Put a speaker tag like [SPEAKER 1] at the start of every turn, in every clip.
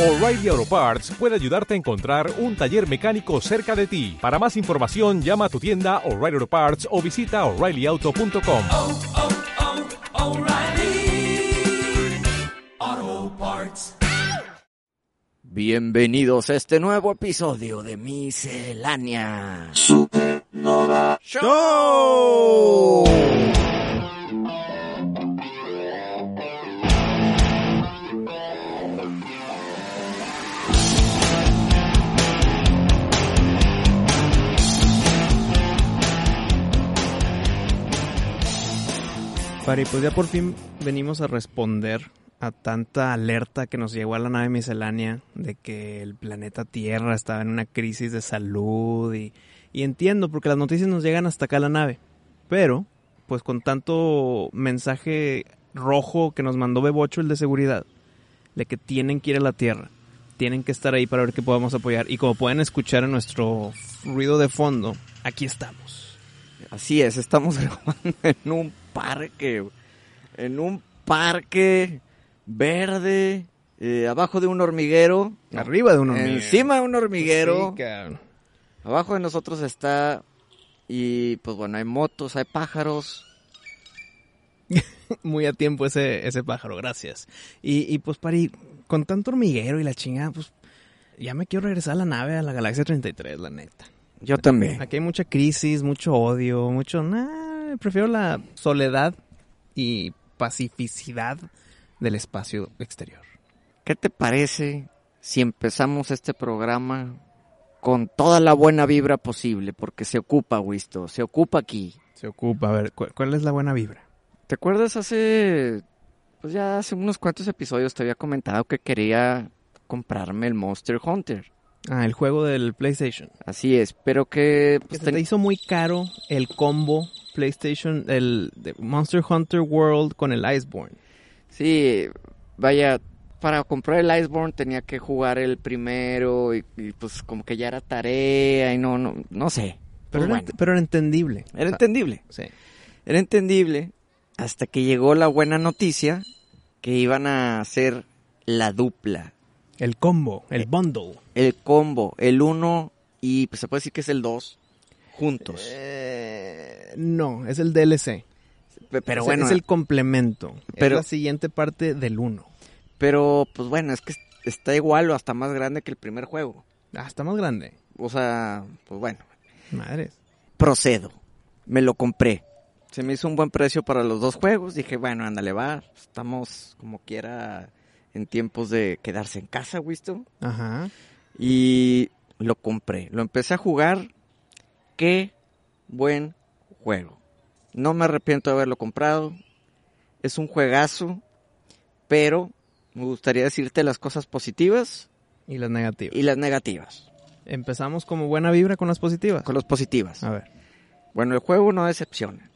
[SPEAKER 1] O'Reilly Auto Parts puede ayudarte a encontrar un taller mecánico cerca de ti. Para más información, llama a tu tienda O'Reilly Auto Parts o visita oreillyauto.com.
[SPEAKER 2] oh, oh, O'Reilly Auto Parts.
[SPEAKER 3] Bienvenidos a este nuevo episodio de Miscelánea Supernova Show.
[SPEAKER 4] Pari, pues ya por fin venimos a responder a tanta alerta que nos llegó a la nave miscelánea de que el planeta Tierra estaba en una crisis de salud y, y entiendo porque las noticias nos llegan hasta acá a la nave, pero pues con tanto mensaje rojo que nos mandó Bebocho el de seguridad, de que tienen que ir a la Tierra, tienen que estar ahí para ver qué podemos apoyar y como pueden escuchar en nuestro ruido de fondo, aquí estamos.
[SPEAKER 3] Así es, estamos grabando en un parque, en un parque verde, eh, abajo de un hormiguero, Pues
[SPEAKER 4] Arriba de un hormiguero.
[SPEAKER 3] encima de un hormiguero,
[SPEAKER 4] Sí, cabrón.
[SPEAKER 3] abajo de nosotros está y pues bueno, hay motos, hay pájaros.
[SPEAKER 4] muy a tiempo ese, ese pájaro, gracias. Y, y pues, Pari, con tanto hormiguero y la chingada, pues ya me quiero regresar a la nave, a la galaxia 33, la neta.
[SPEAKER 3] Yo también.
[SPEAKER 4] Aquí hay mucha crisis, mucho odio, mucho... Nah, prefiero la soledad y pacificidad del espacio exterior.
[SPEAKER 3] ¿Qué te parece si empezamos este programa con toda la buena vibra posible? Porque se ocupa, Wisto, se ocupa aquí.
[SPEAKER 4] Se ocupa, a ver, ¿cu- ¿cuál es la buena vibra?
[SPEAKER 3] ¿Te acuerdas hace, pues ya hace unos cuantos episodios te había comentado que quería comprarme el Monster Hunter?
[SPEAKER 4] Ah, el juego del PlayStation.
[SPEAKER 3] Así es, pero que...
[SPEAKER 4] Que
[SPEAKER 3] Ah, pues,
[SPEAKER 4] se
[SPEAKER 3] ten-
[SPEAKER 4] te hizo muy caro el combo PlayStation, el de Monster Hunter World con el Iceborne.
[SPEAKER 3] Sí, vaya, para comprar el Iceborne tenía que jugar el primero y, y, pues como que ya era tarea y no, no, no sé.
[SPEAKER 4] Pero,
[SPEAKER 3] Pues,
[SPEAKER 4] era,
[SPEAKER 3] bueno,
[SPEAKER 4] pero era entendible. Ah,
[SPEAKER 3] era
[SPEAKER 4] O sea,
[SPEAKER 3] entendible.
[SPEAKER 4] Sí.
[SPEAKER 3] Era entendible hasta que llegó la buena noticia que iban a hacer la dupla,
[SPEAKER 4] El combo, el bundle.
[SPEAKER 3] el combo, el 1 y pues, se puede decir que es el 2 juntos.
[SPEAKER 4] Eh, no, es el DLC.
[SPEAKER 3] Pe- pero
[SPEAKER 4] Es-
[SPEAKER 3] bueno,
[SPEAKER 4] Es el complemento.
[SPEAKER 3] Pero-
[SPEAKER 4] es la siguiente parte del 1.
[SPEAKER 3] pero pues bueno, es que está igual o hasta más grande que el primer juego.
[SPEAKER 4] Ah, está más grande.
[SPEAKER 3] O sea, pues bueno,
[SPEAKER 4] Madres.
[SPEAKER 3] procedo. Me lo compré. Se me hizo un buen precio para los dos juegos. Dije, bueno, ándale, va. Estamos como quiera en tiempos de quedarse en casa, Wisto.
[SPEAKER 4] Ajá.
[SPEAKER 3] Y lo compré. Lo empecé a jugar. Qué buen juego. No me arrepiento de haberlo comprado. Es un juegazo. Pero me gustaría decirte las cosas positivas
[SPEAKER 4] Y las negativas.
[SPEAKER 3] y las negativas.
[SPEAKER 4] Empezamos como buena vibra con las positivas.
[SPEAKER 3] Con las positivas.
[SPEAKER 4] A ver.
[SPEAKER 3] Bueno, el juego no decepciona.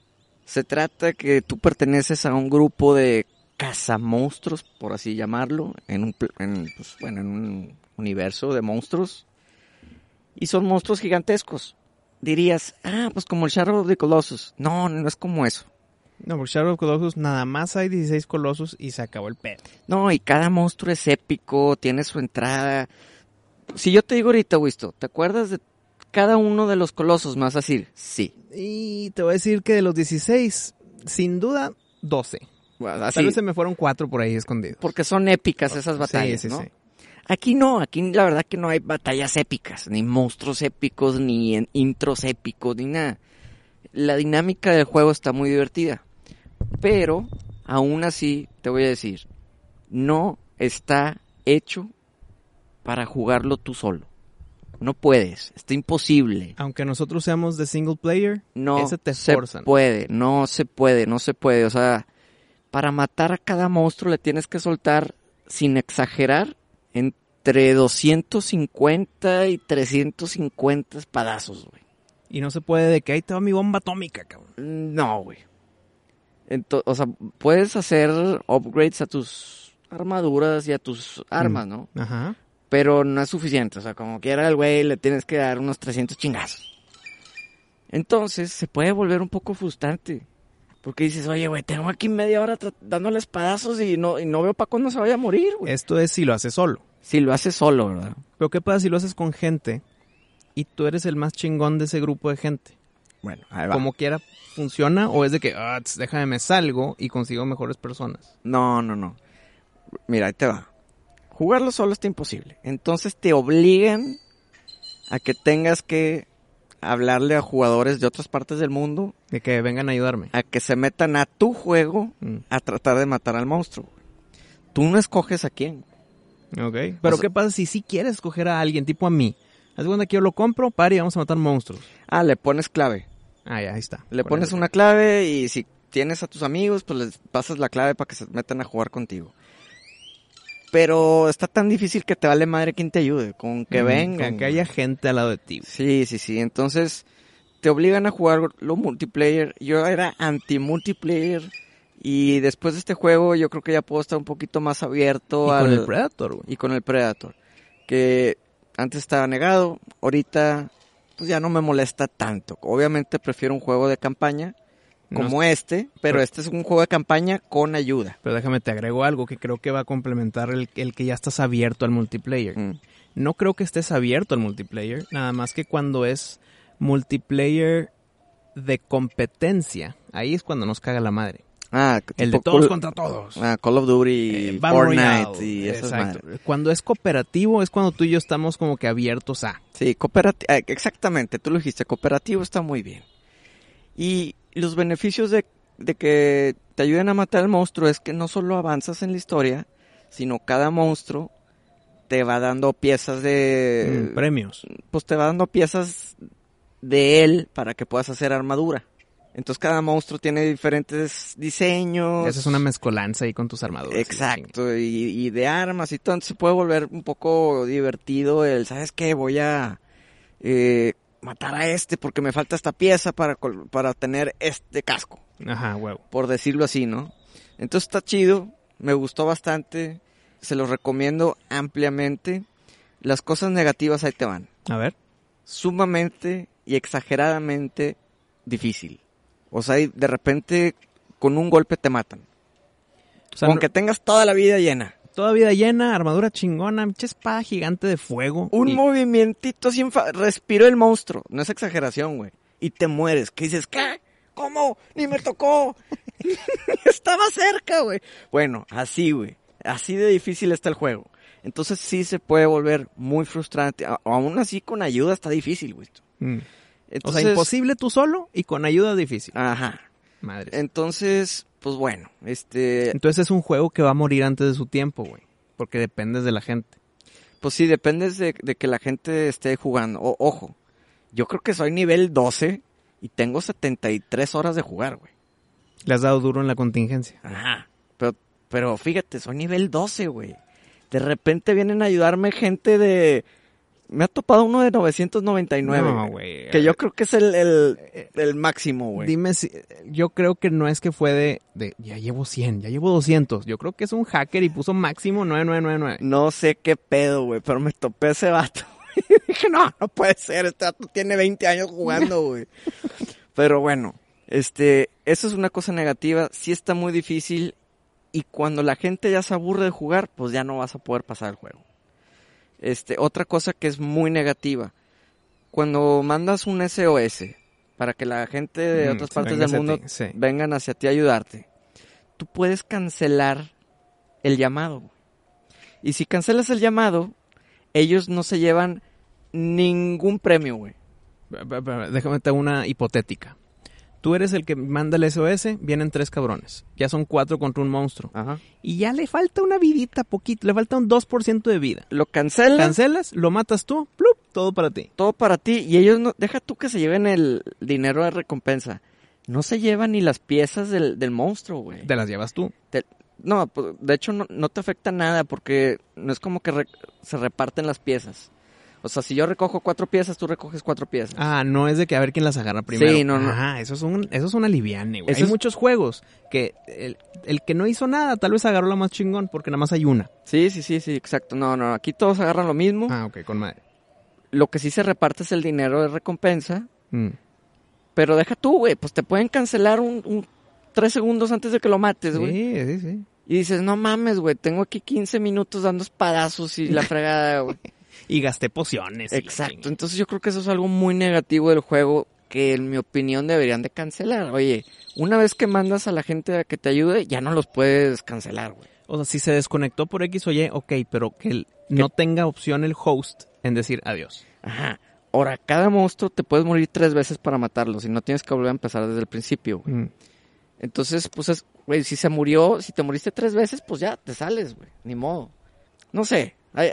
[SPEAKER 3] Se trata que tú perteneces a un grupo de cazamonstruos, por así llamarlo, en un, pl- en, pues, bueno, en un universo de monstruos. Y son monstruos gigantescos. Dirías, ah, pues como el Shadow of the Colossus. No, no es como eso.
[SPEAKER 4] No, porque Shadow of Colossus nada más hay 16 colosos y se acabó el pedo.
[SPEAKER 3] No, y cada monstruo es épico, tiene su entrada. Si yo te digo ahorita, Wisto, ¿te acuerdas de cada uno de los colosos? Más así, sí.
[SPEAKER 4] Y te voy a decir que de los 16, sin duda, 12.
[SPEAKER 3] Así,
[SPEAKER 4] Tal vez se me fueron 4 por ahí escondidos.
[SPEAKER 3] porque son épicas esas batallas,
[SPEAKER 4] sí, sí,
[SPEAKER 3] ¿no?
[SPEAKER 4] sí.
[SPEAKER 3] Aquí no, aquí la verdad que no hay batallas épicas, ni monstruos épicos, ni en- intros épicos, ni nada. La dinámica del juego está muy divertida. Pero, aún así, te voy a decir, no está hecho para jugarlo tú solo. No puedes, está imposible.
[SPEAKER 4] Aunque nosotros seamos de single player,
[SPEAKER 3] No
[SPEAKER 4] ese te
[SPEAKER 3] se
[SPEAKER 4] forzan.
[SPEAKER 3] puede, no se puede, no se puede. O sea, para matar a cada monstruo le tienes que soltar, sin exagerar, entre 250 y 350 espadazos, güey.
[SPEAKER 4] Y no se puede de que ahí te va mi bomba atómica, cabrón.
[SPEAKER 3] No, güey. Ento- o sea, puedes hacer upgrades a tus armaduras y a tus
[SPEAKER 4] Mm.
[SPEAKER 3] armas, ¿no?
[SPEAKER 4] Ajá.
[SPEAKER 3] pero no es suficiente. O sea, como quiera el güey, le tienes que dar unos 300 chingazos. Entonces, se puede volver un poco frustrante. Porque dices, oye, güey, tengo aquí media hora tra- dándole espadazos y no, y no veo para cuándo se vaya a morir, güey.
[SPEAKER 4] Esto es si lo haces solo.
[SPEAKER 3] Si lo haces solo, ¿verdad?
[SPEAKER 4] Pero ¿qué pasa si lo haces con gente y tú eres el más chingón de ese grupo de gente?
[SPEAKER 3] Bueno, ahí va.
[SPEAKER 4] Como quiera, ¿funciona o es de que, ah, tss, déjame, me salgo y consigo mejores personas?
[SPEAKER 3] No, no, no. Mira, ahí te va. Jugarlo solo está imposible. Entonces te obligan a que tengas que hablarle a jugadores de otras partes del mundo
[SPEAKER 4] De que vengan a ayudarme.
[SPEAKER 3] a que se metan a tu juego
[SPEAKER 4] Mm,
[SPEAKER 3] a tratar de matar al monstruo. güey. Tú no escoges a quién.
[SPEAKER 4] Ok. Pero
[SPEAKER 3] sea-
[SPEAKER 4] ¿qué pasa si sí quieres escoger a alguien, tipo a mí? Haz de cuenta que yo lo compro, para y vamos a matar monstruos.
[SPEAKER 3] Ah, le pones clave.
[SPEAKER 4] Ah, ya, ahí está.
[SPEAKER 3] Le
[SPEAKER 4] Por
[SPEAKER 3] pones
[SPEAKER 4] ejemplo.
[SPEAKER 3] una clave y si tienes a tus amigos, pues les pasas la clave para que se metan a jugar contigo. Pero está tan difícil que te vale madre quien te ayude, con que
[SPEAKER 4] Mm,
[SPEAKER 3] vengan.
[SPEAKER 4] Con que haya gente al lado de ti.
[SPEAKER 3] Sí, sí, sí. Entonces te obligan a jugar lo multiplayer. Yo era anti multiplayer y después de este juego yo creo que ya puedo estar un poquito más abierto
[SPEAKER 4] Y
[SPEAKER 3] al
[SPEAKER 4] con el Predator, güey.
[SPEAKER 3] y con el Predator, que antes estaba negado, ahorita pues ya no me molesta tanto. Obviamente prefiero un juego de campaña como
[SPEAKER 4] No-
[SPEAKER 3] este, pero
[SPEAKER 4] pero-
[SPEAKER 3] este es un juego de campaña con ayuda.
[SPEAKER 4] Pero déjame, te agrego algo que creo que va a complementar el, el que ya estás abierto al multiplayer.
[SPEAKER 3] Mm.
[SPEAKER 4] No creo que estés abierto al multiplayer, nada más que cuando es multiplayer de competencia, ahí es cuando nos caga la madre.
[SPEAKER 3] Ah,
[SPEAKER 4] El de
[SPEAKER 3] tipo
[SPEAKER 4] todos
[SPEAKER 3] Call-
[SPEAKER 4] contra todos.
[SPEAKER 3] ah, Call of Duty,
[SPEAKER 4] Eh, Battle
[SPEAKER 3] Fortnite
[SPEAKER 4] Royale,
[SPEAKER 3] y esas
[SPEAKER 4] exacto.
[SPEAKER 3] madres.
[SPEAKER 4] Cuando es cooperativo es cuando tú y yo estamos como que abiertos a.
[SPEAKER 3] Sí, cooperati- ah, exactamente, tú lo dijiste, cooperativo está muy bien. Y los beneficios de, de que te ayuden a matar al monstruo es que no solo avanzas en la historia, sino cada monstruo te va dando piezas de...
[SPEAKER 4] mm, premios.
[SPEAKER 3] pues te va dando piezas de él para que puedas hacer armadura. Entonces cada monstruo tiene diferentes diseños.
[SPEAKER 4] Esa es una mezcolanza ahí con tus armaduras.
[SPEAKER 3] Exacto, y, y de armas y todo. Entonces se puede volver un poco divertido el, ¿sabes qué? Voy a eh, matar a este porque me falta esta pieza para, col- para tener este casco,
[SPEAKER 4] Ajá, huevo.
[SPEAKER 3] por decirlo así, ¿no? Entonces está chido, me gustó bastante, se los recomiendo ampliamente. Las cosas negativas ahí te van.
[SPEAKER 4] A ver.
[SPEAKER 3] Sumamente y exageradamente difícil. O sea, y de repente con un golpe te matan.
[SPEAKER 4] O sea, no-
[SPEAKER 3] Aunque tengas toda la vida llena.
[SPEAKER 4] Toda vida llena, armadura chingona, pinche espada gigante de fuego.
[SPEAKER 3] Un
[SPEAKER 4] Y-
[SPEAKER 3] movimientito sin fa- respiro el monstruo. No es exageración, güey. Y te mueres. ¿Qué dices? ¿Qué? ¿Cómo? Ni me tocó. Estaba cerca, güey. Bueno, así, güey. Así de difícil está el juego. Entonces sí se puede volver muy frustrante. A- aún así con ayuda está difícil, güey.
[SPEAKER 4] Mm. O
[SPEAKER 3] Entonces,
[SPEAKER 4] sea, imposible tú solo y con ayuda difícil.
[SPEAKER 3] Ajá.
[SPEAKER 4] Madre.
[SPEAKER 3] Entonces, pues bueno, este,
[SPEAKER 4] eh, Entonces es un juego que va a morir antes de su tiempo, güey. Porque dependes de la gente.
[SPEAKER 3] pues sí, dependes de, de que la gente esté jugando. O- ojo, yo creo que soy nivel 12 y tengo 73 horas de jugar, güey.
[SPEAKER 4] Le has dado duro en la contingencia.
[SPEAKER 3] Ajá. Pero, pero fíjate, soy nivel 12, güey. De repente vienen a ayudarme gente de... Me ha topado uno de 999.
[SPEAKER 4] No, güey.
[SPEAKER 3] Que yo creo que es el, el, el máximo, güey.
[SPEAKER 4] Dime si. Yo creo que no es que fue de, de, Ya llevo 100, ya llevo 200. Yo creo que es un hacker y puso máximo 9999.
[SPEAKER 3] No sé qué pedo, güey, pero me topé a ese vato. Y dije, no, no puede ser, este vato tiene 20 años jugando, güey. pero bueno, este, eso es una cosa negativa. Sí está muy difícil y cuando la gente ya se aburre de jugar, pues ya no vas a poder pasar el juego. Este, otra cosa que es muy negativa. Cuando mandas un SOS para que la gente de
[SPEAKER 4] Mm,
[SPEAKER 3] otras
[SPEAKER 4] se
[SPEAKER 3] partes
[SPEAKER 4] venga
[SPEAKER 3] del
[SPEAKER 4] hacia
[SPEAKER 3] mundo
[SPEAKER 4] ti, sí.
[SPEAKER 3] vengan hacia ti a ayudarte, tú puedes cancelar el llamado. güey. Y si cancelas el llamado, ellos no se llevan ningún premio, güey.
[SPEAKER 4] Ba- ba- ba- Déjame te hago una hipotética. Tú eres el que manda el SOS, vienen tres cabrones. Ya son cuatro contra un monstruo.
[SPEAKER 3] Ajá.
[SPEAKER 4] Y ya le falta una vidita, poquito. Le falta un 2% de vida.
[SPEAKER 3] Lo cancelas,
[SPEAKER 4] Cancelas, lo matas tú, plup, todo para ti.
[SPEAKER 3] todo para ti, y ellos no, deja tú que se lleven el dinero de recompensa. No se llevan ni las piezas del, del monstruo, güey.
[SPEAKER 4] Te las llevas tú.
[SPEAKER 3] No, pues, de hecho no, no te afecta nada porque no es como que re- se reparten las piezas. O sea, si yo recojo cuatro piezas, tú recoges cuatro piezas.
[SPEAKER 4] Ah, no es de que a ver quién las agarra primero.
[SPEAKER 3] Sí, no, no.
[SPEAKER 4] Ah, eso es un, eso es un aliviane, güey.
[SPEAKER 3] Eso
[SPEAKER 4] Hay
[SPEAKER 3] es-
[SPEAKER 4] muchos juegos que el, el que no hizo nada tal vez agarró la más chingón porque nada más hay una.
[SPEAKER 3] Sí, sí, sí, sí, exacto. No, no, aquí todos agarran lo mismo.
[SPEAKER 4] Ah, ok, con madre.
[SPEAKER 3] Lo que sí se reparte es el dinero de recompensa.
[SPEAKER 4] Mm.
[SPEAKER 3] Pero deja tú, güey, pues te pueden cancelar un, un- tres segundos antes de que lo mates, güey.
[SPEAKER 4] Sí, sí, sí.
[SPEAKER 3] Y dices, no mames, güey, tengo aquí 15 minutos dando espadazos y la fregada, güey.
[SPEAKER 4] Y gasté pociones. y la
[SPEAKER 3] Exacto,
[SPEAKER 4] chingada.
[SPEAKER 3] entonces yo creo que eso es algo muy negativo del juego que en mi opinión deberían de cancelar. Oye, una vez que mandas a la gente a que te ayude, ya no los puedes cancelar, güey.
[SPEAKER 4] O sea, si se desconectó por X o Y, ok, pero que el- no tenga opción el host en decir adiós.
[SPEAKER 3] Ajá. Ahora, cada monstruo te puedes morir tres veces para matarlos y no tienes que volver a empezar desde el principio, güey.
[SPEAKER 4] Mm.
[SPEAKER 3] Entonces, pues, es- güey, si se murió, si te moriste tres veces, pues ya, te sales, güey. Ni modo. No sé. Ay,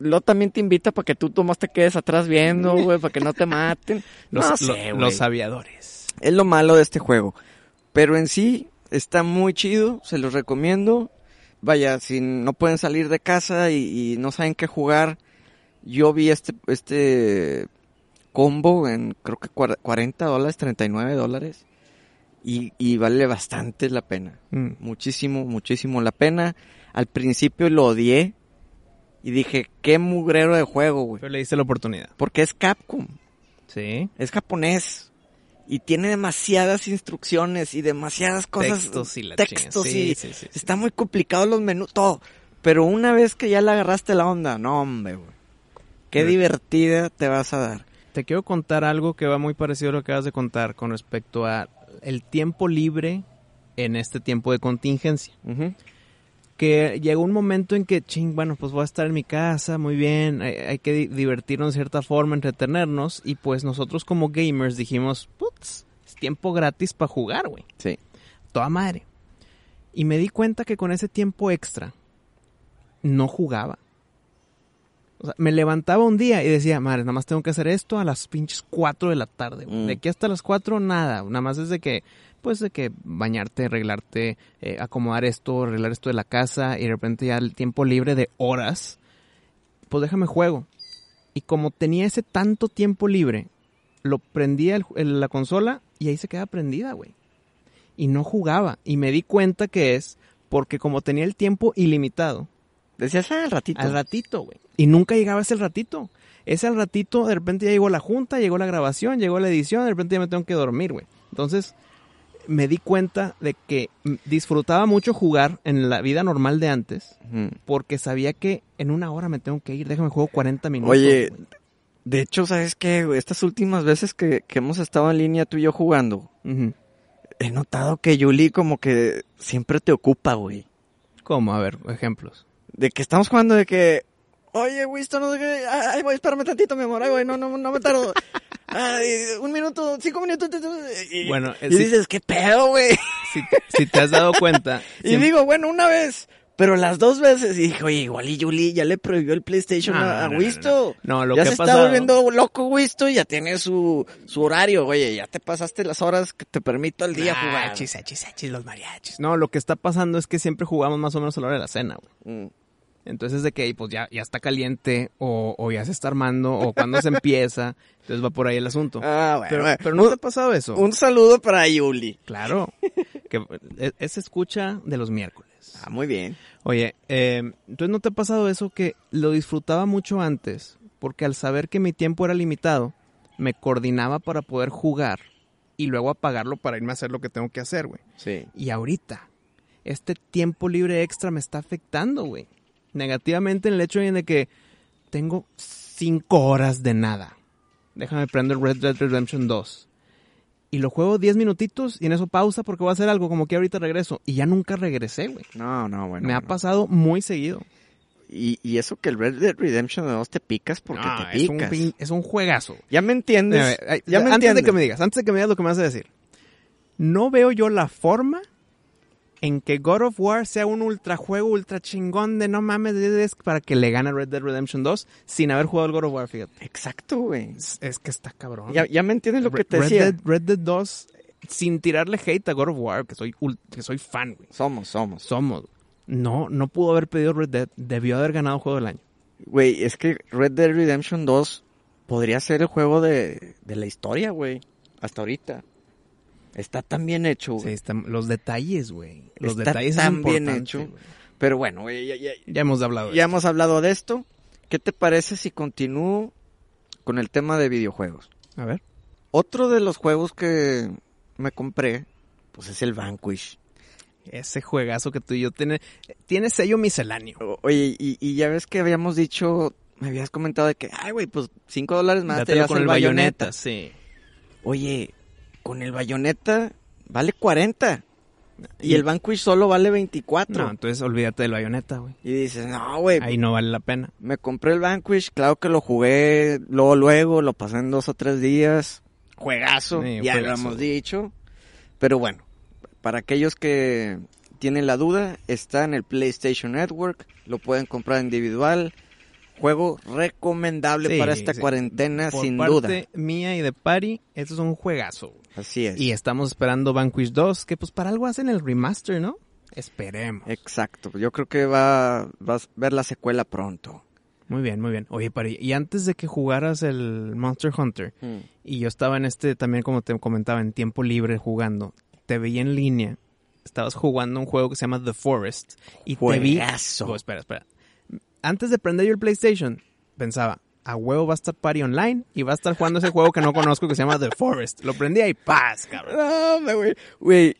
[SPEAKER 3] Lo también te invita para que tú nomás te quedes atrás viendo, güey, para que no te maten.
[SPEAKER 4] Los,
[SPEAKER 3] no
[SPEAKER 4] lo-
[SPEAKER 3] sé, güey.
[SPEAKER 4] los aviadores.
[SPEAKER 3] Es lo malo de este juego. Pero en sí, está muy chido, se los recomiendo. Vaya, si no pueden salir de casa y, y no saben qué jugar, yo vi este, este combo en creo que cuar- 40 dólares, 39 dólares. Y, y vale bastante la pena.
[SPEAKER 4] Mm.
[SPEAKER 3] Muchísimo, muchísimo la pena. Al principio lo odié y dije, qué mugrero de juego, güey.
[SPEAKER 4] Pero le diste la oportunidad.
[SPEAKER 3] Porque es Capcom
[SPEAKER 4] Sí.
[SPEAKER 3] es japonés y tiene demasiadas instrucciones y demasiadas cosas.
[SPEAKER 4] textos y la
[SPEAKER 3] textos
[SPEAKER 4] chingada. Sí,
[SPEAKER 3] y
[SPEAKER 4] sí, sí, sí.
[SPEAKER 3] está muy complicado los menús, todo. Pero una vez que ya le agarraste la onda, no hombre, güey. Qué
[SPEAKER 4] Mm.
[SPEAKER 3] divertida te vas a dar.
[SPEAKER 4] Te quiero contar algo que va muy parecido a lo que acabas de contar con respecto a el tiempo libre en este tiempo de contingencia. que llegó un momento en que, ching, bueno, pues voy a estar en mi casa, muy bien, hay, hay que di- divertirnos de cierta forma, entretenernos, y pues nosotros como gamers dijimos, putz, es tiempo gratis para jugar, güey,
[SPEAKER 3] Sí.
[SPEAKER 4] toda madre. Y me di cuenta que con ese tiempo extra no jugaba. O sea, me levantaba un día y decía, madre, nada más tengo que hacer esto a las pinches 4 de la tarde. güey.
[SPEAKER 3] Mm.
[SPEAKER 4] De aquí hasta las 4, nada. Nada más es de que, pues, de que bañarte, arreglarte, eh, acomodar esto, arreglar esto de la casa y de repente ya el tiempo libre de horas, pues déjame juego. Y como tenía ese tanto tiempo libre, lo prendía el- el- la consola y ahí se quedaba prendida, güey. Y no jugaba. Y me di cuenta que es porque como tenía el tiempo ilimitado,
[SPEAKER 3] Decías, ah, al ratito.
[SPEAKER 4] al ratito, güey. Y nunca llegaba ese ratito. Ese al ratito, de repente ya llegó la junta, llegó la grabación, llegó la edición, de repente ya me tengo que dormir, güey. Entonces, me di cuenta de que mm, disfrutaba mucho jugar en la vida normal de antes,
[SPEAKER 3] Ujú.
[SPEAKER 4] porque sabía que en una hora me tengo que ir, déjame juego 40 minutos.
[SPEAKER 3] Oye,
[SPEAKER 4] güey.
[SPEAKER 3] De hecho, ¿sabes qué? güey? Estas últimas veces que, que hemos estado en línea tú y yo jugando,
[SPEAKER 4] Ujú.
[SPEAKER 3] he notado que Yuli como que siempre te ocupa, güey.
[SPEAKER 4] ¿Cómo? A ver, ejemplos.
[SPEAKER 3] De que estamos jugando de que, oye, Winston, no sé qué, ah, ahí voy, espérame tantito, mi amor, ahí voy, no, no, no me tardo. Ay, un minuto, cinco minutos. tu, tu, Y,
[SPEAKER 4] Bueno,
[SPEAKER 3] y
[SPEAKER 4] eh, sí.
[SPEAKER 3] dices, ¿qué pedo, güey?
[SPEAKER 4] Si, si te has dado cuenta,
[SPEAKER 3] Y
[SPEAKER 4] siempre-
[SPEAKER 3] digo, bueno, una vez, pero las dos veces. Y dije, oye, igual y Julie ya le prohibió el PlayStation
[SPEAKER 4] No,
[SPEAKER 3] a, a
[SPEAKER 4] no, no,
[SPEAKER 3] Wisto.
[SPEAKER 4] no, no, lo
[SPEAKER 3] ya
[SPEAKER 4] que
[SPEAKER 3] se
[SPEAKER 4] ha
[SPEAKER 3] está
[SPEAKER 4] pasado-
[SPEAKER 3] volviendo loco Wisto y ya tiene su, su horario. Oye, ya te pasaste las horas que te permito al día jugar.
[SPEAKER 4] Mariachis, achis, achis, ah, los mariachis. No, lo que está pasando es que siempre jugamos más o menos a la hora de la cena, güey.
[SPEAKER 3] Mm.
[SPEAKER 4] Entonces de que "Ey, pues ya, ya está caliente o, o ya se está armando o cuando se empieza. Entonces va por ahí el asunto.
[SPEAKER 3] Ah, bueno.
[SPEAKER 4] pero,
[SPEAKER 3] bueno.
[SPEAKER 4] pero no te ha pasado eso.
[SPEAKER 3] Un saludo para Yuli.
[SPEAKER 4] Claro. Que es, es escucha de los miércoles.
[SPEAKER 3] Ah, muy bien.
[SPEAKER 4] Oye, eh, entonces no te ha pasado eso que lo disfrutaba mucho antes porque al saber que mi tiempo era limitado, me coordinaba para poder jugar y luego apagarlo para irme a hacer lo que tengo que hacer, güey.
[SPEAKER 3] Sí.
[SPEAKER 4] Y ahorita, este tiempo libre extra me está afectando, güey. Negativamente en el hecho de que tengo cinco horas de nada. Déjame prender Red Dead Redemption 2. Y lo juego 10 minutitos y en eso pausa porque voy a hacer algo como que ahorita regreso. Y ya nunca regresé, güey.
[SPEAKER 3] No, no, bueno.
[SPEAKER 4] me ha
[SPEAKER 3] bueno.
[SPEAKER 4] pasado muy seguido.
[SPEAKER 3] Y, y eso que el Red Dead Redemption 2 te picas porque
[SPEAKER 4] Ah,
[SPEAKER 3] te
[SPEAKER 4] es, un
[SPEAKER 3] picas.
[SPEAKER 4] pin- es un juegazo.
[SPEAKER 3] Ya me
[SPEAKER 4] Mira,
[SPEAKER 3] entiendes.
[SPEAKER 4] mira, ay,
[SPEAKER 3] ya me
[SPEAKER 4] antes
[SPEAKER 3] entiendes.
[SPEAKER 4] de que me digas, antes de que me digas lo que me vas a decir. No veo yo la forma en que God of War sea un ultrajuego, ultra chingón de no mames de- de- es para que le gane Red Dead Redemption 2 sin haber jugado el God of War, fíjate.
[SPEAKER 3] Exacto, güey.
[SPEAKER 4] Es, es que está cabrón.
[SPEAKER 3] Ya, ya me entiendes lo que
[SPEAKER 4] Re-
[SPEAKER 3] te
[SPEAKER 4] Red
[SPEAKER 3] decía.
[SPEAKER 4] Dead, Red Dead 2 sin tirarle hate a God of War, que soy ul- que soy fan, güey.
[SPEAKER 3] Somos, somos.
[SPEAKER 4] Somos. No, no pudo haber pedido Red Dead, debió haber ganado juego del año.
[SPEAKER 3] Güey, es que Red Dead Redemption 2 podría ser el juego de, de la historia, güey. Hasta ahorita. Está tan bien hecho,
[SPEAKER 4] Sí,
[SPEAKER 3] güey.
[SPEAKER 4] están- los detalles, güey. Los
[SPEAKER 3] Está
[SPEAKER 4] detalles es
[SPEAKER 3] tan bien
[SPEAKER 4] importante,
[SPEAKER 3] hecho.
[SPEAKER 4] güey.
[SPEAKER 3] Pero bueno, güey, ya, ya-
[SPEAKER 4] Ya hemos hablado de
[SPEAKER 3] ya
[SPEAKER 4] esto.
[SPEAKER 3] hemos hablado de esto. ¿Qué te parece si continúo con el tema de videojuegos?
[SPEAKER 4] A ver.
[SPEAKER 3] Otro de los juegos que me compré, pues es el Vanquish.
[SPEAKER 4] Ese juegazo que tú y yo tiene, tiene sello misceláneo.
[SPEAKER 3] O- Oye, y, y ya ves que habíamos dicho, me habías comentado de que, ay, güey, pues 5 dólares más te
[SPEAKER 4] Dátelo
[SPEAKER 3] llevas
[SPEAKER 4] con
[SPEAKER 3] el
[SPEAKER 4] el
[SPEAKER 3] bayoneta.
[SPEAKER 4] bayoneta, sí.
[SPEAKER 3] Oye, con el bayoneta vale 40. Y,
[SPEAKER 4] Y-
[SPEAKER 3] el Vanquish solo vale 24.
[SPEAKER 4] No, entonces olvídate del bayoneta, güey.
[SPEAKER 3] Y dices, no, güey,
[SPEAKER 4] Ahí no vale la pena.
[SPEAKER 3] me compré el Vanquish, claro que lo jugué luego, luego, lo pasé en dos o tres días. Juegazo,
[SPEAKER 4] Sí,
[SPEAKER 3] ya lo
[SPEAKER 4] juegazo.
[SPEAKER 3] hemos dicho. Pero bueno, para aquellos que tienen la duda, está en el PlayStation Network, lo pueden comprar individual. Juego recomendable
[SPEAKER 4] Sí,
[SPEAKER 3] para esta
[SPEAKER 4] sí.
[SPEAKER 3] cuarentena,
[SPEAKER 4] Por
[SPEAKER 3] sin
[SPEAKER 4] parte
[SPEAKER 3] duda.
[SPEAKER 4] mía y de Pari, esto es un juegazo. güey.
[SPEAKER 3] Así es.
[SPEAKER 4] Y estamos esperando Vanquish 2, que pues para algo hacen el remaster, ¿no?
[SPEAKER 3] Eh.
[SPEAKER 4] Esperemos.
[SPEAKER 3] Exacto, yo creo que va, vas a ver la secuela pronto.
[SPEAKER 4] Muy bien, muy bien. Oye, Pari, y antes de que jugaras el Monster Hunter, y yo estaba en este también, como te comentaba, en tiempo libre jugando, te veía en línea, estabas jugando un juego que se llama The Forest, y te
[SPEAKER 3] Juegazo.
[SPEAKER 4] vi... Oh, espera, espera. Antes de prender yo el PlayStation, pensaba, a huevo va a estar Pari online y va a estar jugando ese juego que no conozco que se llama The Forest. Lo prendí y paz, cabrón.
[SPEAKER 3] No, me güey. Güey,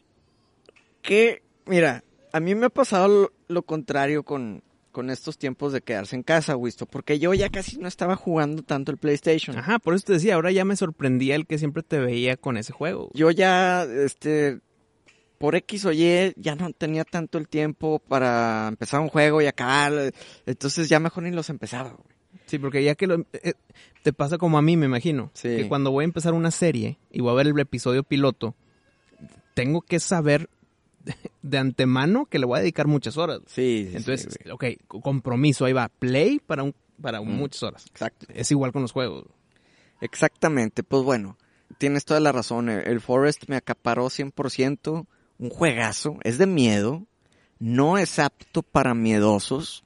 [SPEAKER 3] que, mira, a mí me ha pasado lo, lo contrario con, con estos tiempos de quedarse en casa, Wisto, porque yo ya casi no estaba jugando tanto el PlayStation.
[SPEAKER 4] Ajá, por eso te decía, ahora ya me sorprendía el que siempre te veía con ese juego.
[SPEAKER 3] Yo ya, este, por X o Y, ya no tenía tanto el tiempo para empezar un juego y acabar. Entonces ya mejor ni los empezaba, güey.
[SPEAKER 4] Sí, porque ya que lo, eh, te pasa como a mí, me imagino,
[SPEAKER 3] Sí.
[SPEAKER 4] que cuando voy a empezar una serie y voy a ver el episodio piloto, tengo que saber de antemano que le voy a dedicar muchas horas.
[SPEAKER 3] Sí,
[SPEAKER 4] Entonces, ok, co- compromiso, ahí va, play para un, para un-
[SPEAKER 3] Mm.
[SPEAKER 4] muchas horas.
[SPEAKER 3] exacto.
[SPEAKER 4] Es igual con los juegos.
[SPEAKER 3] Exactamente, pues bueno, tienes toda la razón. El- El Forest me acaparó 100%, un juegazo, es de miedo, no es apto para miedosos,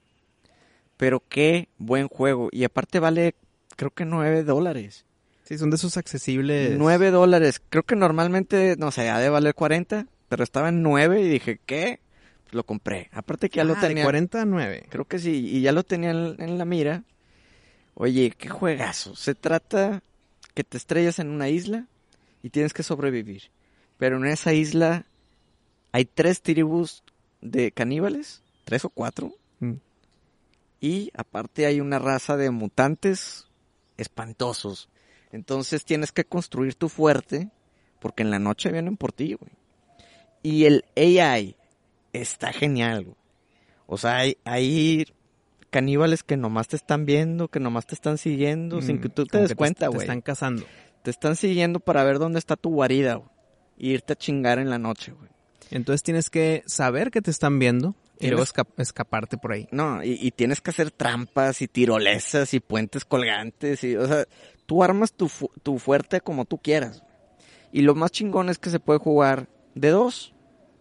[SPEAKER 3] pero qué buen juego. Y aparte vale, creo que 9 dólares.
[SPEAKER 4] Sí, son de esos accesibles.
[SPEAKER 3] 9 dólares, creo que normalmente, no sé, ha de valer 40, pero estaba en 9 y dije, ¿qué? Pues lo compré. Aparte que ya lo
[SPEAKER 4] Ah,
[SPEAKER 3] tenía.
[SPEAKER 4] De 40 a 9.
[SPEAKER 3] Creo que sí, y ya lo tenía en, en la mira. Oye, qué juegazo. Se trata que te estrellas en una isla y tienes que sobrevivir. Pero en esa isla hay tres tribus de caníbales, tres o cuatro,
[SPEAKER 4] Mm.
[SPEAKER 3] y aparte hay una raza de mutantes espantosos. Entonces tienes que construir tu fuerte porque en la noche vienen por ti, güey. Y el AI está genial, güey. O sea, hay, hay caníbales que nomás te están viendo, que nomás te están siguiendo, sin
[SPEAKER 4] Mm,
[SPEAKER 3] que tú te
[SPEAKER 4] como
[SPEAKER 3] des cuenta,
[SPEAKER 4] Te
[SPEAKER 3] güey.
[SPEAKER 4] están cazando.
[SPEAKER 3] Te están siguiendo para ver dónde está tu guarida, güey. Y irte a chingar en la noche, güey.
[SPEAKER 4] Entonces tienes que saber que te están viendo y
[SPEAKER 3] Tienes-
[SPEAKER 4] luego esca- escaparte por ahí.
[SPEAKER 3] No, y, y tienes que hacer trampas y tirolesas y puentes colgantes. Y, o sea, tú armas tu, fu- tu fuerte como tú quieras. Y lo más chingón es que se puede jugar de dos.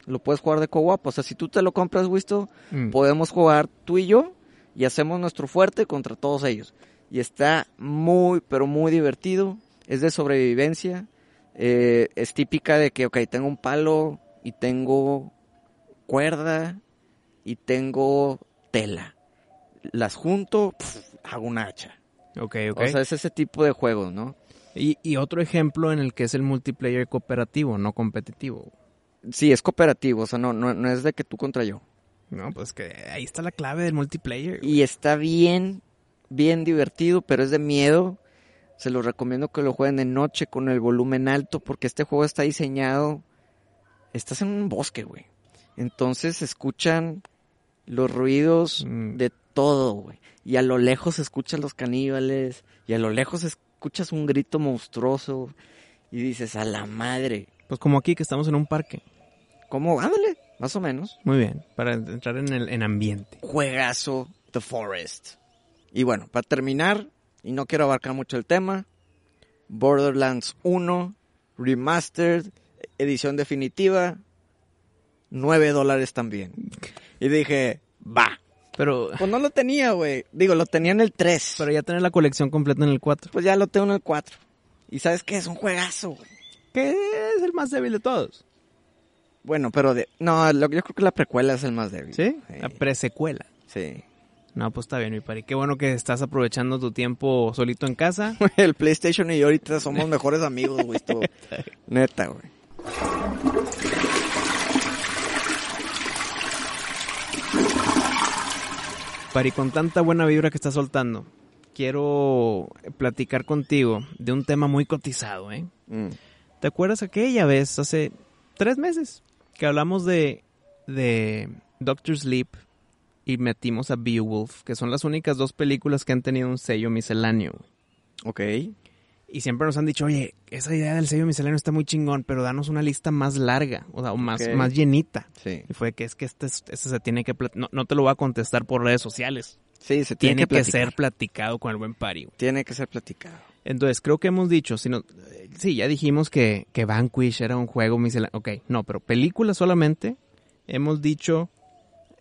[SPEAKER 3] Lo puedes jugar de co-op. O sea, si tú te lo compras, Wisto,
[SPEAKER 4] Mm.
[SPEAKER 3] podemos jugar tú y yo y hacemos nuestro fuerte contra todos ellos. Y está muy, pero muy divertido. Es de sobrevivencia. Eh, es típica de que, ok, tengo un palo y tengo cuerda y tengo tela. Las junto, pf, hago una hacha.
[SPEAKER 4] Ok, ok.
[SPEAKER 3] O sea, es ese tipo de juegos, ¿no?
[SPEAKER 4] Y, y otro ejemplo en el que es el multiplayer cooperativo, no competitivo.
[SPEAKER 3] Sí, es cooperativo, o sea, no, no, no es de que tú contra yo.
[SPEAKER 4] No, pues que ahí está la clave del multiplayer. güey.
[SPEAKER 3] Y está bien, bien divertido, pero es de miedo. Se los recomiendo que lo jueguen de noche con el volumen alto, porque este juego está diseñado. Estás en un bosque, güey. Entonces se escuchan los ruidos
[SPEAKER 4] Mm.
[SPEAKER 3] de todo, güey. Y a lo lejos se escuchan los caníbales, y a lo lejos escuchas un grito monstruoso. Y dices, a la madre.
[SPEAKER 4] Pues como aquí que estamos en un parque.
[SPEAKER 3] ¿Cómo? Ándale, más o menos.
[SPEAKER 4] Muy bien, para entrar en el en ambiente.
[SPEAKER 3] juegazo The Forest. Y bueno, para terminar, y no quiero abarcar mucho el tema, Borderlands 1, Remastered, edición definitiva, 9 dólares también. Y dije, va.
[SPEAKER 4] Pero,
[SPEAKER 3] Pues no lo tenía, güey. Digo, lo tenía en el 3.
[SPEAKER 4] pero ya tener la colección completa en el 4.
[SPEAKER 3] Pues ya lo tengo en el 4. ¿Y sabes qué? Es un juegazo, güey.
[SPEAKER 4] Que es el más débil de todos.
[SPEAKER 3] Bueno, pero de... no, lo- yo creo que la precuela es el más débil.
[SPEAKER 4] ¿Sí? La presecuela.
[SPEAKER 3] Sí.
[SPEAKER 4] No, pues está bien, mi pari. Qué bueno que estás aprovechando tu tiempo solito en casa.
[SPEAKER 3] El PlayStation y yo ahorita somos mejores amigos, güey. esto. Neta, güey.
[SPEAKER 4] Pari, con tanta buena vibra que estás soltando, quiero platicar contigo de un tema muy cotizado, ¿eh?
[SPEAKER 3] Mm.
[SPEAKER 4] ¿Te acuerdas aquella vez, hace tres meses, que hablamos de, de Doctor Sleep y metimos a Beowulf, que son las únicas dos películas que han tenido un sello misceláneo? güey?
[SPEAKER 3] Ok.
[SPEAKER 4] Y siempre nos han dicho, oye, esa idea del sello misceláneo está muy chingón, pero danos una lista más larga, o sea, o más,
[SPEAKER 3] Ok.
[SPEAKER 4] más llenita.
[SPEAKER 3] Sí.
[SPEAKER 4] Y fue que es que este, es- este se tiene que... plat- No, no te lo voy a contestar por redes sociales.
[SPEAKER 3] Sí, se tiene,
[SPEAKER 4] Tiene, que,
[SPEAKER 3] platicar.
[SPEAKER 4] ser platicado con el buen pari, güey.
[SPEAKER 3] Tiene que ser platicado.
[SPEAKER 4] Entonces, creo que hemos dicho, si no- eh, sí, ya dijimos que, que Vanquish era un juego misceláneo. Ok, no, pero película solamente. Hemos dicho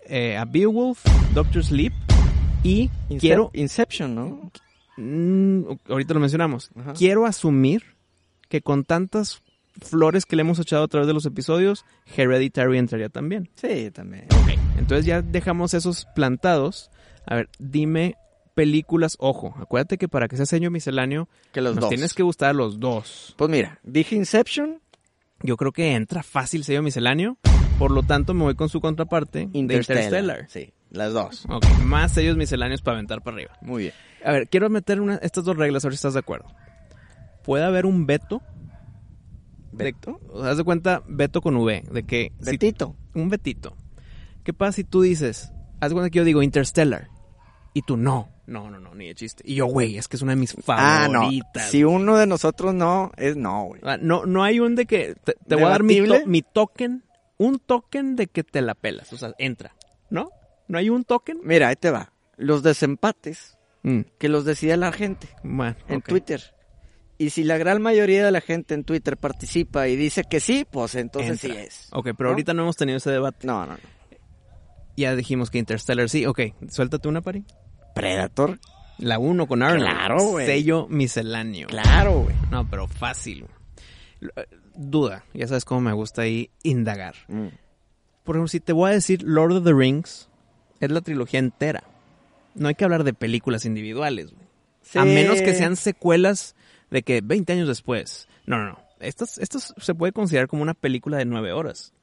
[SPEAKER 4] eh, a Beowulf, Doctor Sleep y
[SPEAKER 3] Incep-
[SPEAKER 4] quiero...
[SPEAKER 3] Inception, ¿no?
[SPEAKER 4] mm, ahorita lo mencionamos.
[SPEAKER 3] Ajá.
[SPEAKER 4] Quiero asumir que con tantas flores que le hemos echado a través de los episodios, Hereditary entraría también.
[SPEAKER 3] Sí, también.
[SPEAKER 4] Entonces ya dejamos esos plantados. A ver, dime películas, ojo, acuérdate que para que sea sello misceláneo
[SPEAKER 3] Que los
[SPEAKER 4] nos
[SPEAKER 3] dos.
[SPEAKER 4] tienes que gustar a los dos.
[SPEAKER 3] Pues mira, dije Inception,
[SPEAKER 4] Yo creo que entra fácil sello misceláneo, por lo tanto me voy con su contraparte de
[SPEAKER 3] Interstellar.
[SPEAKER 4] Interstellar.
[SPEAKER 3] Sí, las dos.
[SPEAKER 4] Ok, más sellos misceláneos para aventar para arriba.
[SPEAKER 3] Muy bien.
[SPEAKER 4] A ver, quiero meter una- estas dos reglas, a ver si estás de acuerdo. ¿Puede haber un veto? de-
[SPEAKER 3] ¿Betito?
[SPEAKER 4] o sea, haz de cuenta, veto con V, de que... si-
[SPEAKER 3] Betito.
[SPEAKER 4] un vetito. ¿Qué pasa si tú dices, haz de cuenta que yo digo Interstellar? Y tú no, no, no, no, ni de chiste. Y yo, güey, es que es una de mis
[SPEAKER 3] Ah,
[SPEAKER 4] favoritas.
[SPEAKER 3] no. Si uno de nosotros no, es no, güey.
[SPEAKER 4] Ah, no, no hay un de que te, te voy a dar mi, to-
[SPEAKER 3] ¿Debatible?
[SPEAKER 4] mi token, un token de que te la pelas, o sea, entra, ¿no? ¿No hay un token?
[SPEAKER 3] Mira, ahí te va. Los desempates,
[SPEAKER 4] Mm,
[SPEAKER 3] que los decide la gente
[SPEAKER 4] bueno,
[SPEAKER 3] en
[SPEAKER 4] ok.
[SPEAKER 3] Twitter. Y si la gran mayoría de la gente en Twitter participa y dice que sí, pues entonces
[SPEAKER 4] Entra.
[SPEAKER 3] sí es.
[SPEAKER 4] Ok, pero
[SPEAKER 3] ¿No?
[SPEAKER 4] ahorita no hemos tenido ese debate.
[SPEAKER 3] No, no, no.
[SPEAKER 4] Ya dijimos que Interstellar sí, ok, suéltate una, Pari.
[SPEAKER 3] Predator.
[SPEAKER 4] La uno con Arnold.
[SPEAKER 3] Claro, güey.
[SPEAKER 4] Sello misceláneo.
[SPEAKER 3] Claro, güey.
[SPEAKER 4] No, pero fácil. Lo- eh, Duda, ya sabes cómo me gusta ahí indagar. Por ejemplo, si te voy a decir Lord of the Rings, es la trilogía entera. No hay que hablar de películas individuales, güey. A menos que sean secuelas de que 20 años después. No, no, no. Esto, se puede considerar como una película de 9 horas.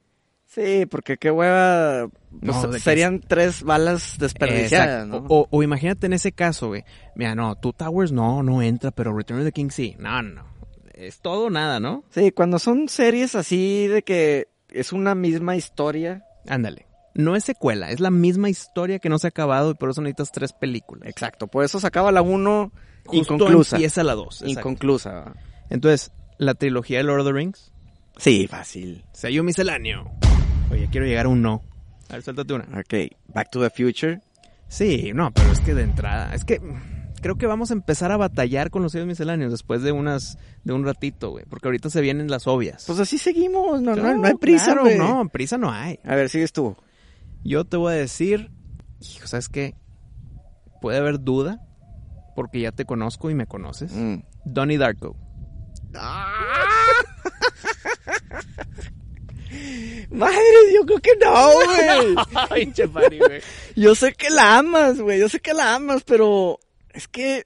[SPEAKER 3] Sí, porque qué hueva. pues,
[SPEAKER 4] No, de que-
[SPEAKER 3] serían tres balas desperdiciadas,
[SPEAKER 4] Exacto.
[SPEAKER 3] ¿no?
[SPEAKER 4] o, o imagínate en ese caso, güey. Mira, no, Two Towers no, no entra, pero Return of the King sí. No, no, no. Es todo o nada, ¿no?
[SPEAKER 3] Sí, cuando son series así de que es una misma historia.
[SPEAKER 4] Ándale. No es secuela, es la misma historia que no se ha acabado y por eso necesitas tres películas.
[SPEAKER 3] Exacto, por eso sacaba la 1
[SPEAKER 4] Justo
[SPEAKER 3] inconclusa.
[SPEAKER 4] Empieza la dos. exacto.
[SPEAKER 3] Inconclusa. ¿va?
[SPEAKER 4] Entonces, la trilogía de Lord of the Rings,
[SPEAKER 3] Sí, fácil.
[SPEAKER 4] sello misceláneo. Oye, quiero llegar a un no. A ver, suéltate una.
[SPEAKER 3] Ok, Back to the Future.
[SPEAKER 4] Sí, no, pero es que de entrada, es que mm, creo que vamos a empezar a batallar con los sellos misceláneos después de unas de un ratito, güey, porque ahorita se vienen las obvias.
[SPEAKER 3] Pues así seguimos, no, no,
[SPEAKER 4] Claro,
[SPEAKER 3] no hay prisa,
[SPEAKER 4] claro,
[SPEAKER 3] güey.
[SPEAKER 4] no, prisa no hay.
[SPEAKER 3] A ver, sigues tú.
[SPEAKER 4] Yo te voy a decir, hijo, ¿sabes qué? Puede haber duda, porque ya te conozco y me conoces.
[SPEAKER 3] Mm.
[SPEAKER 4] Donnie Darko.
[SPEAKER 3] Madre, yo creo que no, güey. yo sé que la amas, güey. Yo sé que la amas, pero es que,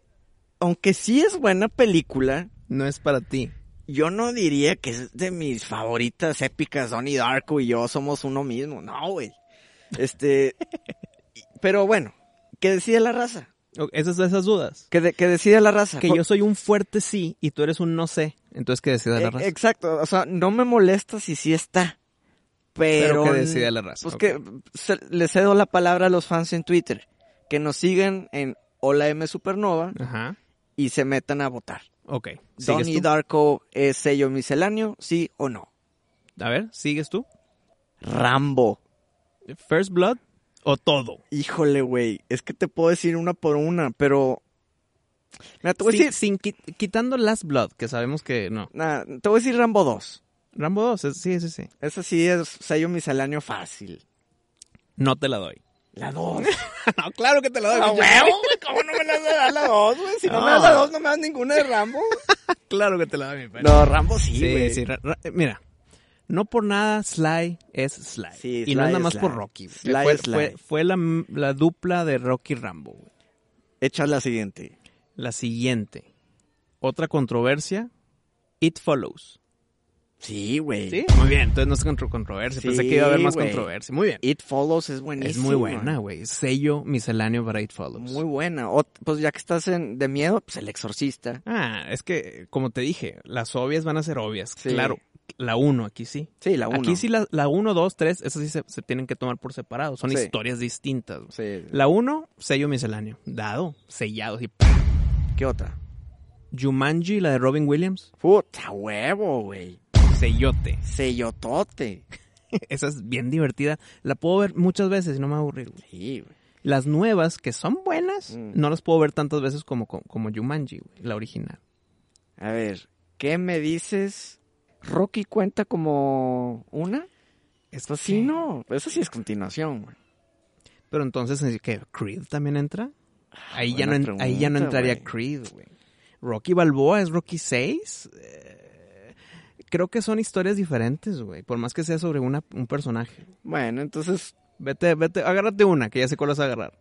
[SPEAKER 3] aunque sí es buena película,
[SPEAKER 4] No es para ti.
[SPEAKER 3] yo no diría que es de mis favoritas épicas. Donnie Darko y yo somos uno mismo. No, güey. Este. y- pero bueno, que decide la raza.
[SPEAKER 4] O- Esas de esas dudas.
[SPEAKER 3] Que, de- que decide la raza.
[SPEAKER 4] Que
[SPEAKER 3] Por-
[SPEAKER 4] yo soy un fuerte sí y tú eres un no sé. Entonces que decida la
[SPEAKER 3] Eh,
[SPEAKER 4] raza.
[SPEAKER 3] Exacto, o sea, no me molesta si sí está. Pero,
[SPEAKER 4] Pero que decida la raza,
[SPEAKER 3] Pues
[SPEAKER 4] ok.
[SPEAKER 3] que se- le cedo la palabra a los fans en Twitter. Que nos sigan en Hola M Supernova
[SPEAKER 4] Ajá.
[SPEAKER 3] y se metan a votar.
[SPEAKER 4] Ok. ¿Sigues
[SPEAKER 3] Donnie
[SPEAKER 4] tú?
[SPEAKER 3] Darko es sello misceláneo, sí o no.
[SPEAKER 4] A ver, ¿sigues tú?
[SPEAKER 3] Rambo.
[SPEAKER 4] ¿First Blood o todo?
[SPEAKER 3] Híjole, güey. Es que te puedo decir una por una, pero. Mira, te voy a
[SPEAKER 4] Sin-
[SPEAKER 3] decir.
[SPEAKER 4] sin qui- quitando Last Blood, que sabemos que no.
[SPEAKER 3] nah, te voy a decir Rambo 2.
[SPEAKER 4] Rambo 2, es- sí, sí, sí.
[SPEAKER 3] Esa sí es sello misceláneo fácil.
[SPEAKER 4] No te la doy.
[SPEAKER 3] La 2.
[SPEAKER 4] no, claro que te la doy.
[SPEAKER 3] ¡A
[SPEAKER 4] pinche-
[SPEAKER 3] huevo, güey! ¿Cómo no me las vas a dar la dos, güey? Si no,
[SPEAKER 4] No.
[SPEAKER 3] me das la dos, no me das ninguna de Rambo.
[SPEAKER 4] claro que te la doy, mi pana.
[SPEAKER 3] No, Rambo sí,
[SPEAKER 4] Sí,
[SPEAKER 3] güey.
[SPEAKER 4] sí, ra- ra- eh, mira. No por nada Sly es Sly.
[SPEAKER 3] Sí,
[SPEAKER 4] y no
[SPEAKER 3] Sly
[SPEAKER 4] nada
[SPEAKER 3] es
[SPEAKER 4] más
[SPEAKER 3] Sly.
[SPEAKER 4] por Rocky. güey.
[SPEAKER 3] Sly
[SPEAKER 4] fue
[SPEAKER 3] es Sly.
[SPEAKER 4] fue- fue la, la dupla de Rocky Rambo. güey.
[SPEAKER 3] Echa la siguiente.
[SPEAKER 4] La siguiente. Otra controversia. It Follows.
[SPEAKER 3] Sí, güey.
[SPEAKER 4] Sí, muy bien. Entonces no es contro- controversia.
[SPEAKER 3] Sí,
[SPEAKER 4] Pensé que iba a haber más
[SPEAKER 3] güey.
[SPEAKER 4] controversia. Muy bien.
[SPEAKER 3] It Follows es buenísima.
[SPEAKER 4] es muy buena, güey. Sello misceláneo para It Follows.
[SPEAKER 3] Muy buena. Ot- pues ya que estás en, de miedo, pues El Exorcista.
[SPEAKER 4] Ah, es que, como te dije, las obvias van a ser obvias.
[SPEAKER 3] Sí.
[SPEAKER 4] Claro, la 1 aquí sí.
[SPEAKER 3] Sí, la uno.
[SPEAKER 4] Aquí sí la 1, 2, 3, esas sí se, se tienen que tomar por separado. Son
[SPEAKER 3] Sí.
[SPEAKER 4] historias distintas. güey.
[SPEAKER 3] Sí.
[SPEAKER 4] La 1, sello misceláneo. Dado, sellado. así.
[SPEAKER 3] ¿Qué otra?
[SPEAKER 4] Jumanji, la de Robin Williams,
[SPEAKER 3] Puta huevo, güey.
[SPEAKER 4] sellote.
[SPEAKER 3] Sellotote.
[SPEAKER 4] Esa es bien divertida. La puedo ver muchas veces y no me va a aburrir. güey.
[SPEAKER 3] Sí, güey.
[SPEAKER 4] Las nuevas, que son buenas,
[SPEAKER 3] Mm.
[SPEAKER 4] no las puedo ver tantas veces como, como, como Jumanji, güey, la original.
[SPEAKER 3] A ver, ¿qué me dices? ¿Rocky cuenta como una?
[SPEAKER 4] Esto
[SPEAKER 3] Pues sí, no. Eso sí es continuación, güey.
[SPEAKER 4] Pero entonces, ¿qué? ¿Creed también entra? Ahí, ya no,
[SPEAKER 3] buena
[SPEAKER 4] en- ahí ya no
[SPEAKER 3] pregunta,
[SPEAKER 4] entraría
[SPEAKER 3] güey.
[SPEAKER 4] Creed, güey. Rocky Balboa es Rocky 6. creo que son historias diferentes, güey. Por más que sea sobre una, un personaje.
[SPEAKER 3] Bueno, entonces,
[SPEAKER 4] Vete, vete, agárrate una, que ya sé cuál vas a agarrar.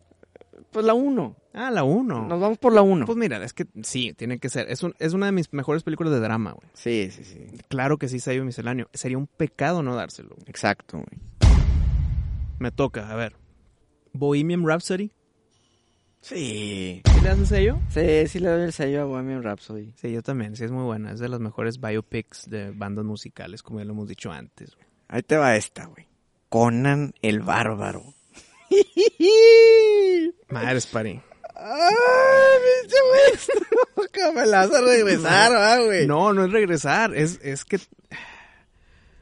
[SPEAKER 3] pues la uno.
[SPEAKER 4] Ah, la 1.
[SPEAKER 3] Nos vamos por la uno.
[SPEAKER 4] Pues mira, es que sí, tiene que ser. Es, un- es una de mis mejores películas de drama, güey.
[SPEAKER 3] Sí, sí, sí.
[SPEAKER 4] Claro que sí, Sabio Misceláneo. Sería un pecado no dárselo. güey.
[SPEAKER 3] Exacto, güey.
[SPEAKER 4] Me toca, a ver. Bohemian Rhapsody.
[SPEAKER 3] Sí.
[SPEAKER 4] ¿Sí le das un sello?
[SPEAKER 3] Sí, sí le doy el sello a Bohemian Rhapsody.
[SPEAKER 4] Sí, yo también. Sí, es muy buena. Es de las mejores biopics de bandas musicales, como ya lo hemos dicho antes. güey.
[SPEAKER 3] Ahí te va esta, güey. Conan el Bárbaro.
[SPEAKER 4] Madres, pari.
[SPEAKER 3] ¡Ay, pinche güey! Nunca me la vas a regresar, ¿va, güey?
[SPEAKER 4] No, no es regresar. Es, es que.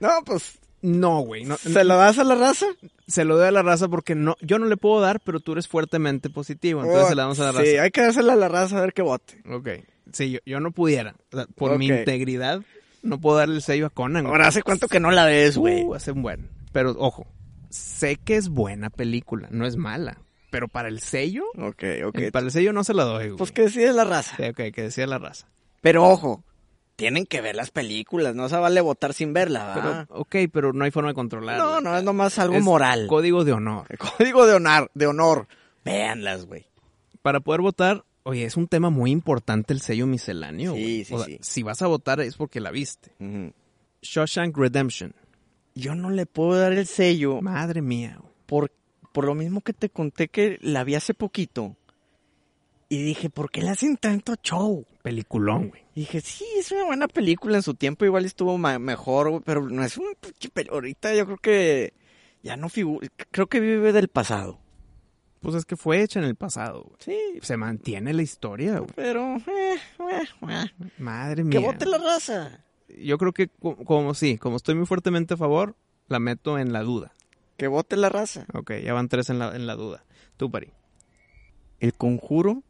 [SPEAKER 3] No, pues.
[SPEAKER 4] No, güey. No,
[SPEAKER 3] ¿Se lo das a la raza?
[SPEAKER 4] se lo doy a la raza porque no, yo no le puedo dar, pero tú eres fuertemente positivo. Entonces se la damos a la raza.
[SPEAKER 3] Oh, Sí, hay que dársela a la raza a ver qué vote.
[SPEAKER 4] Ok. Sí, yo, yo no pudiera. O sea, por mi
[SPEAKER 3] Ok.
[SPEAKER 4] integridad, no puedo darle el sello a Conan. güey.
[SPEAKER 3] Ahora, ¿hace cuánto que no la ves, güey?
[SPEAKER 4] Uh, hace un buen. Pero ojo, sé que es buena película, no es mala. Pero para el sello,
[SPEAKER 3] ok, ok.
[SPEAKER 4] el- para el sello no se la doy. güey.
[SPEAKER 3] Pues que decide la raza.
[SPEAKER 4] Sí, ok, que decía la raza.
[SPEAKER 3] Pero ojo, tienen que ver las películas, no se vale votar sin verla,
[SPEAKER 4] Pero,
[SPEAKER 3] ¿va?
[SPEAKER 4] ok, pero no hay forma de controlarla.
[SPEAKER 3] Ah. no, no, es nomás algo
[SPEAKER 4] Es
[SPEAKER 3] moral.
[SPEAKER 4] Código de honor.
[SPEAKER 3] El código de honor, de honor. Véanlas, güey.
[SPEAKER 4] Para poder votar, oye, es un tema muy importante el sello misceláneo.
[SPEAKER 3] Sí,
[SPEAKER 4] güey.
[SPEAKER 3] sí,
[SPEAKER 4] O sea,
[SPEAKER 3] sí.
[SPEAKER 4] Si vas a votar es porque la viste. Shawshank Redemption.
[SPEAKER 3] Yo no le puedo dar el sello
[SPEAKER 4] Madre mía. güey.
[SPEAKER 3] por, por lo mismo que te conté que la vi hace poquito. Y dije, ¿por qué le hacen tanto show?
[SPEAKER 4] Peliculón, güey.
[SPEAKER 3] Y dije, sí, es una buena película en su tiempo, igual estuvo ma- mejor, güey, pero no es una pinche pel- Ahorita yo creo que ya no figura, creo que vive del pasado.
[SPEAKER 4] Pues es que fue hecha en el pasado, güey.
[SPEAKER 3] Sí,
[SPEAKER 4] Se mantiene la historia, güey.
[SPEAKER 3] pero... eh, eh, eh.
[SPEAKER 4] Madre mía.
[SPEAKER 3] Que vote la raza.
[SPEAKER 4] yo creo que co- como sí, como estoy muy fuertemente a favor, la meto en la duda.
[SPEAKER 3] Que vote la raza.
[SPEAKER 4] Ok, ya van tres en la, en la duda. Tú, Pari.
[SPEAKER 3] El conjuro.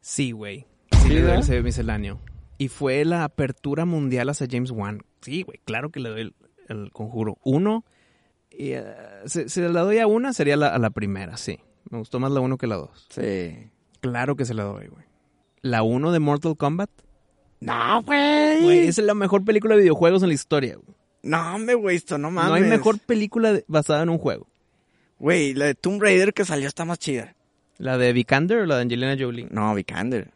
[SPEAKER 4] Sí, güey. Sí, le doy
[SPEAKER 3] ¿verdad?
[SPEAKER 4] el sello misceláneo. Y fue la apertura mundial hacia James Wan. Sí, güey, claro que le doy el, el conjuro. Uno, y, eh, si, si la doy a una, sería la, a la primera, sí. Me gustó más la uno que la dos.
[SPEAKER 3] Sí.
[SPEAKER 4] Claro que se la doy, güey. La uno de Mortal Kombat.
[SPEAKER 3] No, güey.
[SPEAKER 4] Güey, es la mejor película de videojuegos en la historia. güey.
[SPEAKER 3] No, hombre, güey, esto no mames.
[SPEAKER 4] No hay mejor película de- basada en un juego.
[SPEAKER 3] Güey, la de Tomb Raider que salió está más chida.
[SPEAKER 4] ¿La de Vikander o la de Angelina Jolie?
[SPEAKER 3] No, Vikander.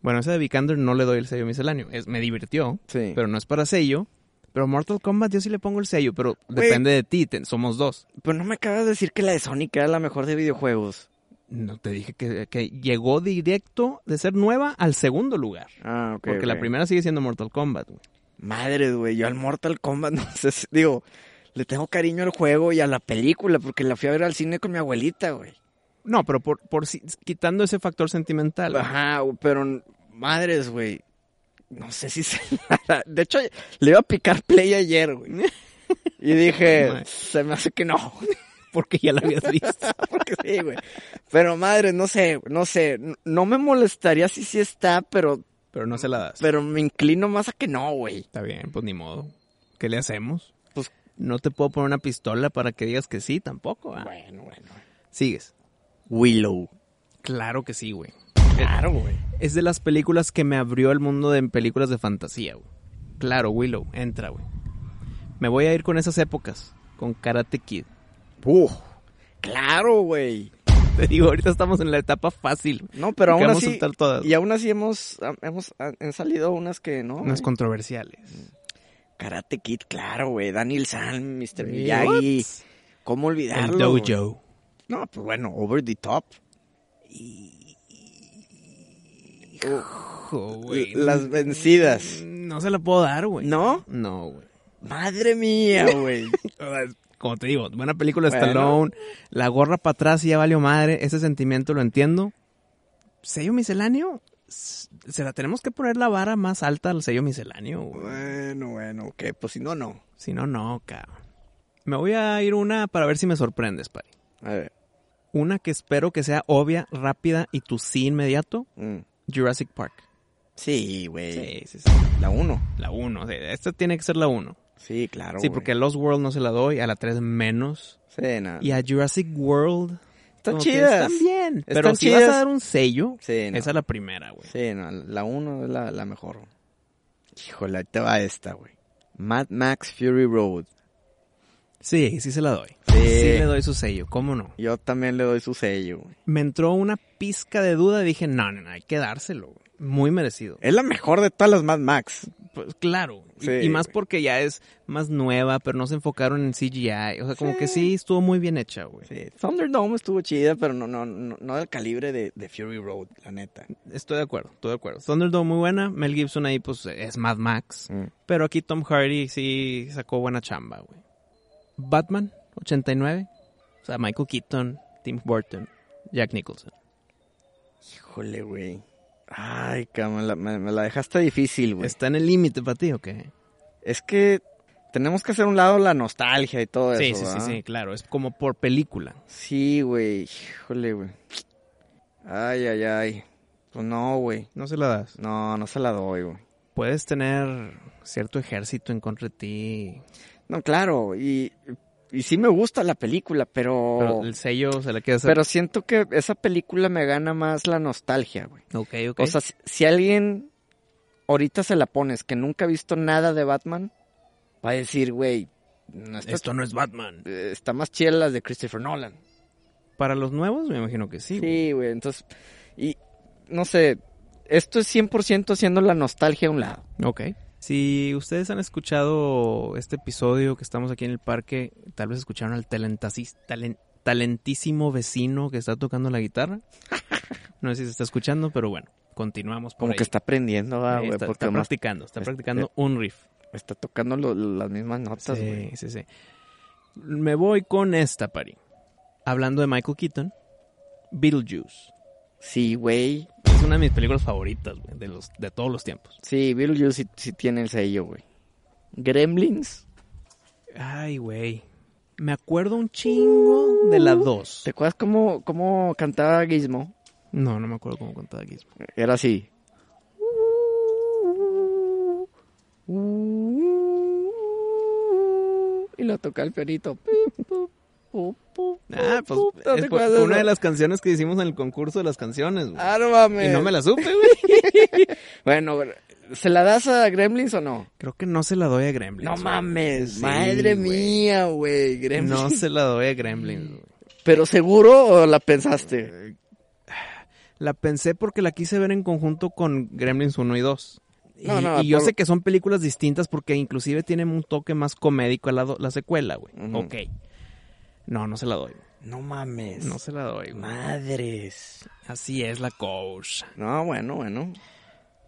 [SPEAKER 4] Bueno, esa de Vikander no le doy el sello misceláneo. Es, me divirtió,
[SPEAKER 3] Sí.
[SPEAKER 4] pero no es para sello. Pero Mortal Kombat yo sí le pongo el sello, pero
[SPEAKER 3] Güey.
[SPEAKER 4] depende de ti, te- somos dos.
[SPEAKER 3] Pero no me acabas de decir que la de Sonic era la mejor de videojuegos.
[SPEAKER 4] No te dije que, que llegó directo de ser nueva al segundo lugar.
[SPEAKER 3] Ah, ok.
[SPEAKER 4] porque la
[SPEAKER 3] ok.
[SPEAKER 4] primera sigue siendo Mortal Kombat. güey.
[SPEAKER 3] Madre, güey, yo al Mortal Kombat, no sé, si- digo, le tengo cariño al juego y a la película porque la fui a ver al cine con mi abuelita, güey.
[SPEAKER 4] No, pero por, por si- quitando ese factor sentimental. güey.
[SPEAKER 3] Ajá, güey, pero n- madres, güey. No sé si se la- De hecho, le iba a picar play ayer, güey. Y dije,
[SPEAKER 4] Madre.
[SPEAKER 3] se me hace que no.
[SPEAKER 4] Porque ya la habías visto.
[SPEAKER 3] Porque sí, güey. Pero madre, no sé, no sé. N- No me molestaría si sí está, pero,
[SPEAKER 4] pero no se la das.
[SPEAKER 3] pero me inclino más a que no, güey.
[SPEAKER 4] Está bien, pues ni modo. ¿Qué le hacemos?
[SPEAKER 3] Pues-
[SPEAKER 4] no te puedo poner una pistola para que digas que sí, tampoco. ¿ah?
[SPEAKER 3] Bueno, bueno.
[SPEAKER 4] Sigues.
[SPEAKER 3] Willow.
[SPEAKER 4] Claro que sí, güey.
[SPEAKER 3] Claro, güey.
[SPEAKER 4] Es de las películas que me abrió el mundo de películas de fantasía, güey. Claro, Willow, entra, güey. Me voy a ir con esas épocas, con Karate Kid.
[SPEAKER 3] Uf, claro, güey.
[SPEAKER 4] Te digo, ahorita estamos en la etapa fácil.
[SPEAKER 3] No, pero
[SPEAKER 4] Que
[SPEAKER 3] aún
[SPEAKER 4] vamos
[SPEAKER 3] así.
[SPEAKER 4] a
[SPEAKER 3] ah,
[SPEAKER 4] soltar todas.
[SPEAKER 3] Y aún así hemos, hemos han salido unas que no.
[SPEAKER 4] Unas
[SPEAKER 3] güey.
[SPEAKER 4] controversiales.
[SPEAKER 3] Karate Kid, claro, güey. Daniel San, Mr. Miyagi. ¿Cómo
[SPEAKER 4] El
[SPEAKER 3] olvidarlo? güey?
[SPEAKER 4] dojo.
[SPEAKER 3] No, pues bueno, Over the Top. Y...
[SPEAKER 4] Jo, güey.
[SPEAKER 3] Las vencidas.
[SPEAKER 4] No se la puedo dar, güey.
[SPEAKER 3] ¿No?
[SPEAKER 4] No, güey.
[SPEAKER 3] Madre mía, güey.
[SPEAKER 4] Como te digo, buena película de
[SPEAKER 3] Bueno.
[SPEAKER 4] Stallone. La gorra para atrás y ya valió madre. Ese sentimiento lo entiendo. Sello misceláneo. s- Se la tenemos que poner la vara más alta al sello misceláneo, güey.
[SPEAKER 3] bueno, bueno, ok. Pues si no, no.
[SPEAKER 4] Si no, no, cabrón. Me voy a ir una para ver si me sorprendes, Pari.
[SPEAKER 3] A ver.
[SPEAKER 4] Una que espero que sea obvia, rápida y tu sí inmediato.
[SPEAKER 3] mm.
[SPEAKER 4] Jurassic Park. Eh,
[SPEAKER 3] Sí, güey.
[SPEAKER 4] sí, sí.
[SPEAKER 3] La 1.
[SPEAKER 4] La 1. Esta tiene que ser la 1.
[SPEAKER 3] Sí, claro.
[SPEAKER 4] Sí,
[SPEAKER 3] güey.
[SPEAKER 4] porque a Lost World no se la doy, a la 3 menos.
[SPEAKER 3] Sí, nada.
[SPEAKER 4] Y a Jurassic World.
[SPEAKER 3] Están
[SPEAKER 4] como que
[SPEAKER 3] chidas.
[SPEAKER 4] Están bien.
[SPEAKER 3] Están
[SPEAKER 4] pero si vas
[SPEAKER 3] chidas.
[SPEAKER 4] a dar un sello,
[SPEAKER 3] Sí, no.
[SPEAKER 4] esa es la primera, güey.
[SPEAKER 3] Sí, no, la 1 es la, la mejor. Híjole, ahí te va esta, güey. Mad Max Fury Road.
[SPEAKER 4] Sí, sí se la doy.
[SPEAKER 3] Sí.
[SPEAKER 4] le doy su sello, ¿cómo no?
[SPEAKER 3] Yo también le doy su sello, güey.
[SPEAKER 4] Me entró una pizca de duda y dije, no, no, no, hay que dárselo, güey. Muy merecido.
[SPEAKER 3] Es la mejor de todas las Mad Max.
[SPEAKER 4] Pues claro. Y-
[SPEAKER 3] Eh, Sí,
[SPEAKER 4] y, más
[SPEAKER 3] güey.
[SPEAKER 4] porque ya es más nueva, pero no se enfocaron en CGI. O sea, como que sí estuvo muy bien hecha, güey.
[SPEAKER 3] Sí, Thunderdome estuvo chida, pero no, no, no, no del calibre de, de Fury Road, la neta.
[SPEAKER 4] Estoy de acuerdo, estoy de acuerdo. Thunderdome muy buena, Mel Gibson ahí pues es Mad Max,
[SPEAKER 3] Mm.
[SPEAKER 4] pero aquí Tom Hardy sí sacó buena chamba, güey. Batman 89, o sea, Michael Keaton, Tim Burton, Jack Nicholson.
[SPEAKER 3] Híjole, güey. Ay, cabrón, me la- me, me la dejaste difícil, güey. Es,
[SPEAKER 4] ¿Está en el límite para ti o qué?
[SPEAKER 3] que tenemos que hacer a un lado la nostalgia y todo
[SPEAKER 4] Sí,
[SPEAKER 3] eso.
[SPEAKER 4] sí, sí,
[SPEAKER 3] ¿verdad?
[SPEAKER 4] sí, claro, es como por película.
[SPEAKER 3] Sí, güey. Híjole, güey. Ay, ay, ay. Pues no, güey.
[SPEAKER 4] No se la das.
[SPEAKER 3] No, no se la doy, güey.
[SPEAKER 4] Puedes tener cierto ejército en contra de ti,
[SPEAKER 3] No, claro, y, y sí me gusta la película, pero,
[SPEAKER 4] pero
[SPEAKER 3] pero,
[SPEAKER 4] el sello se le queda...
[SPEAKER 3] siento que esa película me gana más la nostalgia, güey.
[SPEAKER 4] ok, ok.
[SPEAKER 3] O sea, si, si alguien ahorita se la pones que nunca ha visto nada de Batman, va a decir, güey, no, esta-
[SPEAKER 4] Esto no es Batman.
[SPEAKER 3] eh, está más chida la de Christopher Nolan.
[SPEAKER 4] Para los nuevos me imagino que sí. güey.
[SPEAKER 3] Sí, güey, entonces, y no sé, esto es 100% haciendo la nostalgia a un lado.
[SPEAKER 4] Ok. Si ustedes han escuchado este episodio que estamos aquí en el parque, tal vez escucharon al talentasis- talen- talentísimo vecino que está tocando la guitarra. No sé si se está escuchando, pero bueno, continuamos por
[SPEAKER 3] Como
[SPEAKER 4] ahí.
[SPEAKER 3] que está aprendiendo,
[SPEAKER 4] Ahí
[SPEAKER 3] va, güey,
[SPEAKER 4] está,
[SPEAKER 3] porque
[SPEAKER 4] está
[SPEAKER 3] además
[SPEAKER 4] practicando, está
[SPEAKER 3] es-
[SPEAKER 4] practicando
[SPEAKER 3] eh,
[SPEAKER 4] un riff.
[SPEAKER 3] está tocando lo- lo- las mismas notas, güey.
[SPEAKER 4] Sí, sí, sí. Me voy con esta, Pari. Hablando de Michael Keaton, Beetlejuice.
[SPEAKER 3] Sí, güey.
[SPEAKER 4] Es una de mis películas favoritas, güey, de, los, de todos los tiempos.
[SPEAKER 3] Sí, Beetlejuice sí, sí tiene el sello, güey. Gremlins.
[SPEAKER 4] Ay, güey. Me acuerdo un chingo de la 2.
[SPEAKER 3] ¿Te acuerdas cómo, cómo cantaba Gizmo?
[SPEAKER 4] No, no me acuerdo cómo contaba Gizmo.
[SPEAKER 3] Era así. Y lo tocaba el pianito.
[SPEAKER 4] Ah, pues
[SPEAKER 3] ¿No te
[SPEAKER 4] es fue-
[SPEAKER 3] acuerdas,
[SPEAKER 4] fue una
[SPEAKER 3] no?
[SPEAKER 4] de las canciones que hicimos en el concurso de las canciones, güey.
[SPEAKER 3] Ah, no mames.
[SPEAKER 4] y no me la supe, güey.
[SPEAKER 3] Bueno, ¿se la das a Gremlins o no?
[SPEAKER 4] Creo que no se la doy a Gremlins.
[SPEAKER 3] No
[SPEAKER 4] güey.
[SPEAKER 3] mames.
[SPEAKER 4] Sí,
[SPEAKER 3] madre
[SPEAKER 4] güey.
[SPEAKER 3] mía, güey. Gremlins.
[SPEAKER 4] No se la doy a Gremlins, güey.
[SPEAKER 3] ¿Pero seguro o la pensaste?
[SPEAKER 4] La pensé porque la quise ver en conjunto con Gremlins 1 y 2. Y,
[SPEAKER 3] No, no,
[SPEAKER 4] y yo
[SPEAKER 3] por-
[SPEAKER 4] sé que son películas distintas porque inclusive tienen un toque más comédico a la, do- la secuela, güey.
[SPEAKER 3] Ujú.
[SPEAKER 4] Ok. No, no se la doy. güey.
[SPEAKER 3] No mames.
[SPEAKER 4] No se la doy, güey.
[SPEAKER 3] Madres.
[SPEAKER 4] Así es la cosa.
[SPEAKER 3] No, bueno, bueno.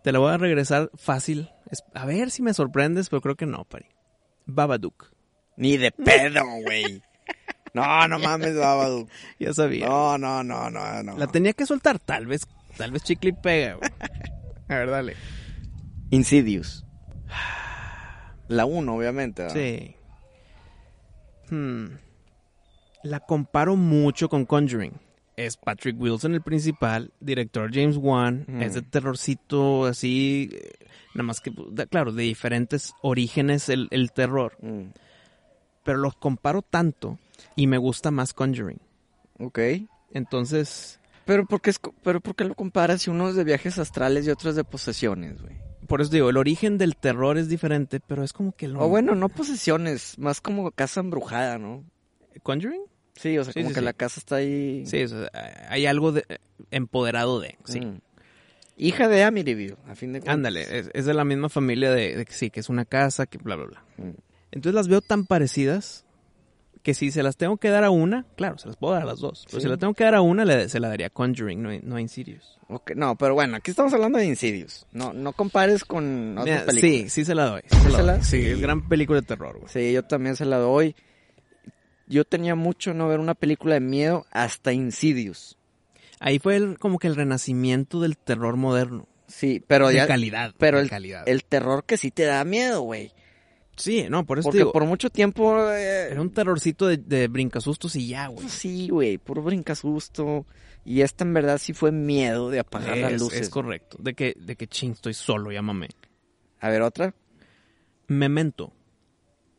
[SPEAKER 4] Te la voy a regresar fácil. Es- A ver si me sorprendes, pero creo que no, Pari. Babadook.
[SPEAKER 3] Ni de pedo, güey. No, no mames, Babadook.
[SPEAKER 4] Ya sabía.
[SPEAKER 3] No, no, no, no, no.
[SPEAKER 4] La tenía que soltar, tal vez, tal vez chicle y pega, güey. A ver, dale.
[SPEAKER 3] Insidious. La 1, obviamente. ¿verdad?
[SPEAKER 4] Sí. Hmm. La comparo mucho con Conjuring. Es Patrick Wilson el principal, director James Wan,
[SPEAKER 3] Mm.
[SPEAKER 4] es de terrorcito así, eh, nada más que, da- claro, de diferentes orígenes el, el terror.
[SPEAKER 3] Mm,
[SPEAKER 4] Pero los comparo tanto y me gusta más Conjuring.
[SPEAKER 3] ok.
[SPEAKER 4] Entonces,
[SPEAKER 3] Pero ¿por, qué es co- pero ¿por qué lo comparas si uno es de viajes astrales y otro es de posesiones, güey?
[SPEAKER 4] por eso digo, el origen del terror es diferente, pero es como que lo...
[SPEAKER 3] O bueno, no posesiones, más como casa embrujada, ¿no?
[SPEAKER 4] ¿Conjuring?
[SPEAKER 3] Sí, o sea,
[SPEAKER 4] Sí,
[SPEAKER 3] como
[SPEAKER 4] sí,
[SPEAKER 3] que
[SPEAKER 4] sí.
[SPEAKER 3] la casa está ahí.
[SPEAKER 4] Sí, o sea, hay algo de- empoderado de, sí.
[SPEAKER 3] Mm. Hija de Amityville, a fin de cuentas.
[SPEAKER 4] Ándale, es, es de la misma familia de, de que sí, que es una casa, que bla, bla, bla.
[SPEAKER 3] Mm.
[SPEAKER 4] Entonces las veo tan parecidas que si se las tengo que dar a una, claro, se las puedo dar a las dos. Pero
[SPEAKER 3] Sí.
[SPEAKER 4] si la tengo que dar a una, le- se la daría a Conjuring, no, no a Insidious.
[SPEAKER 3] Ok, no, pero bueno, aquí estamos hablando de Insidious. No, no compares con otras
[SPEAKER 4] Mira,
[SPEAKER 3] películas.
[SPEAKER 4] sí, sí se la doy. Sí, se la
[SPEAKER 3] ¿Se la-
[SPEAKER 4] doy. Sí,
[SPEAKER 3] sí.
[SPEAKER 4] es gran película de terror, güey.
[SPEAKER 3] Sí, yo también se la doy. Yo tenía mucho no ver una película de miedo hasta Insidious.
[SPEAKER 4] Ahí fue el- como que el renacimiento del terror moderno.
[SPEAKER 3] Sí, pero
[SPEAKER 4] de
[SPEAKER 3] ya
[SPEAKER 4] calidad.
[SPEAKER 3] pero
[SPEAKER 4] de
[SPEAKER 3] el,
[SPEAKER 4] calidad.
[SPEAKER 3] el terror que sí te da miedo, güey.
[SPEAKER 4] sí, no, por eso Pues
[SPEAKER 3] Porque
[SPEAKER 4] te digo,
[SPEAKER 3] por mucho tiempo eh,
[SPEAKER 4] era un terrorcito de, de brincasustos y ya, güey.
[SPEAKER 3] sí, güey, puro brincasusto y esta en verdad sí fue miedo de apagar las
[SPEAKER 4] Es,
[SPEAKER 3] luces.
[SPEAKER 4] es correcto. De que, de que ching, estoy solo, llámame.
[SPEAKER 3] A ver otra.
[SPEAKER 4] Memento.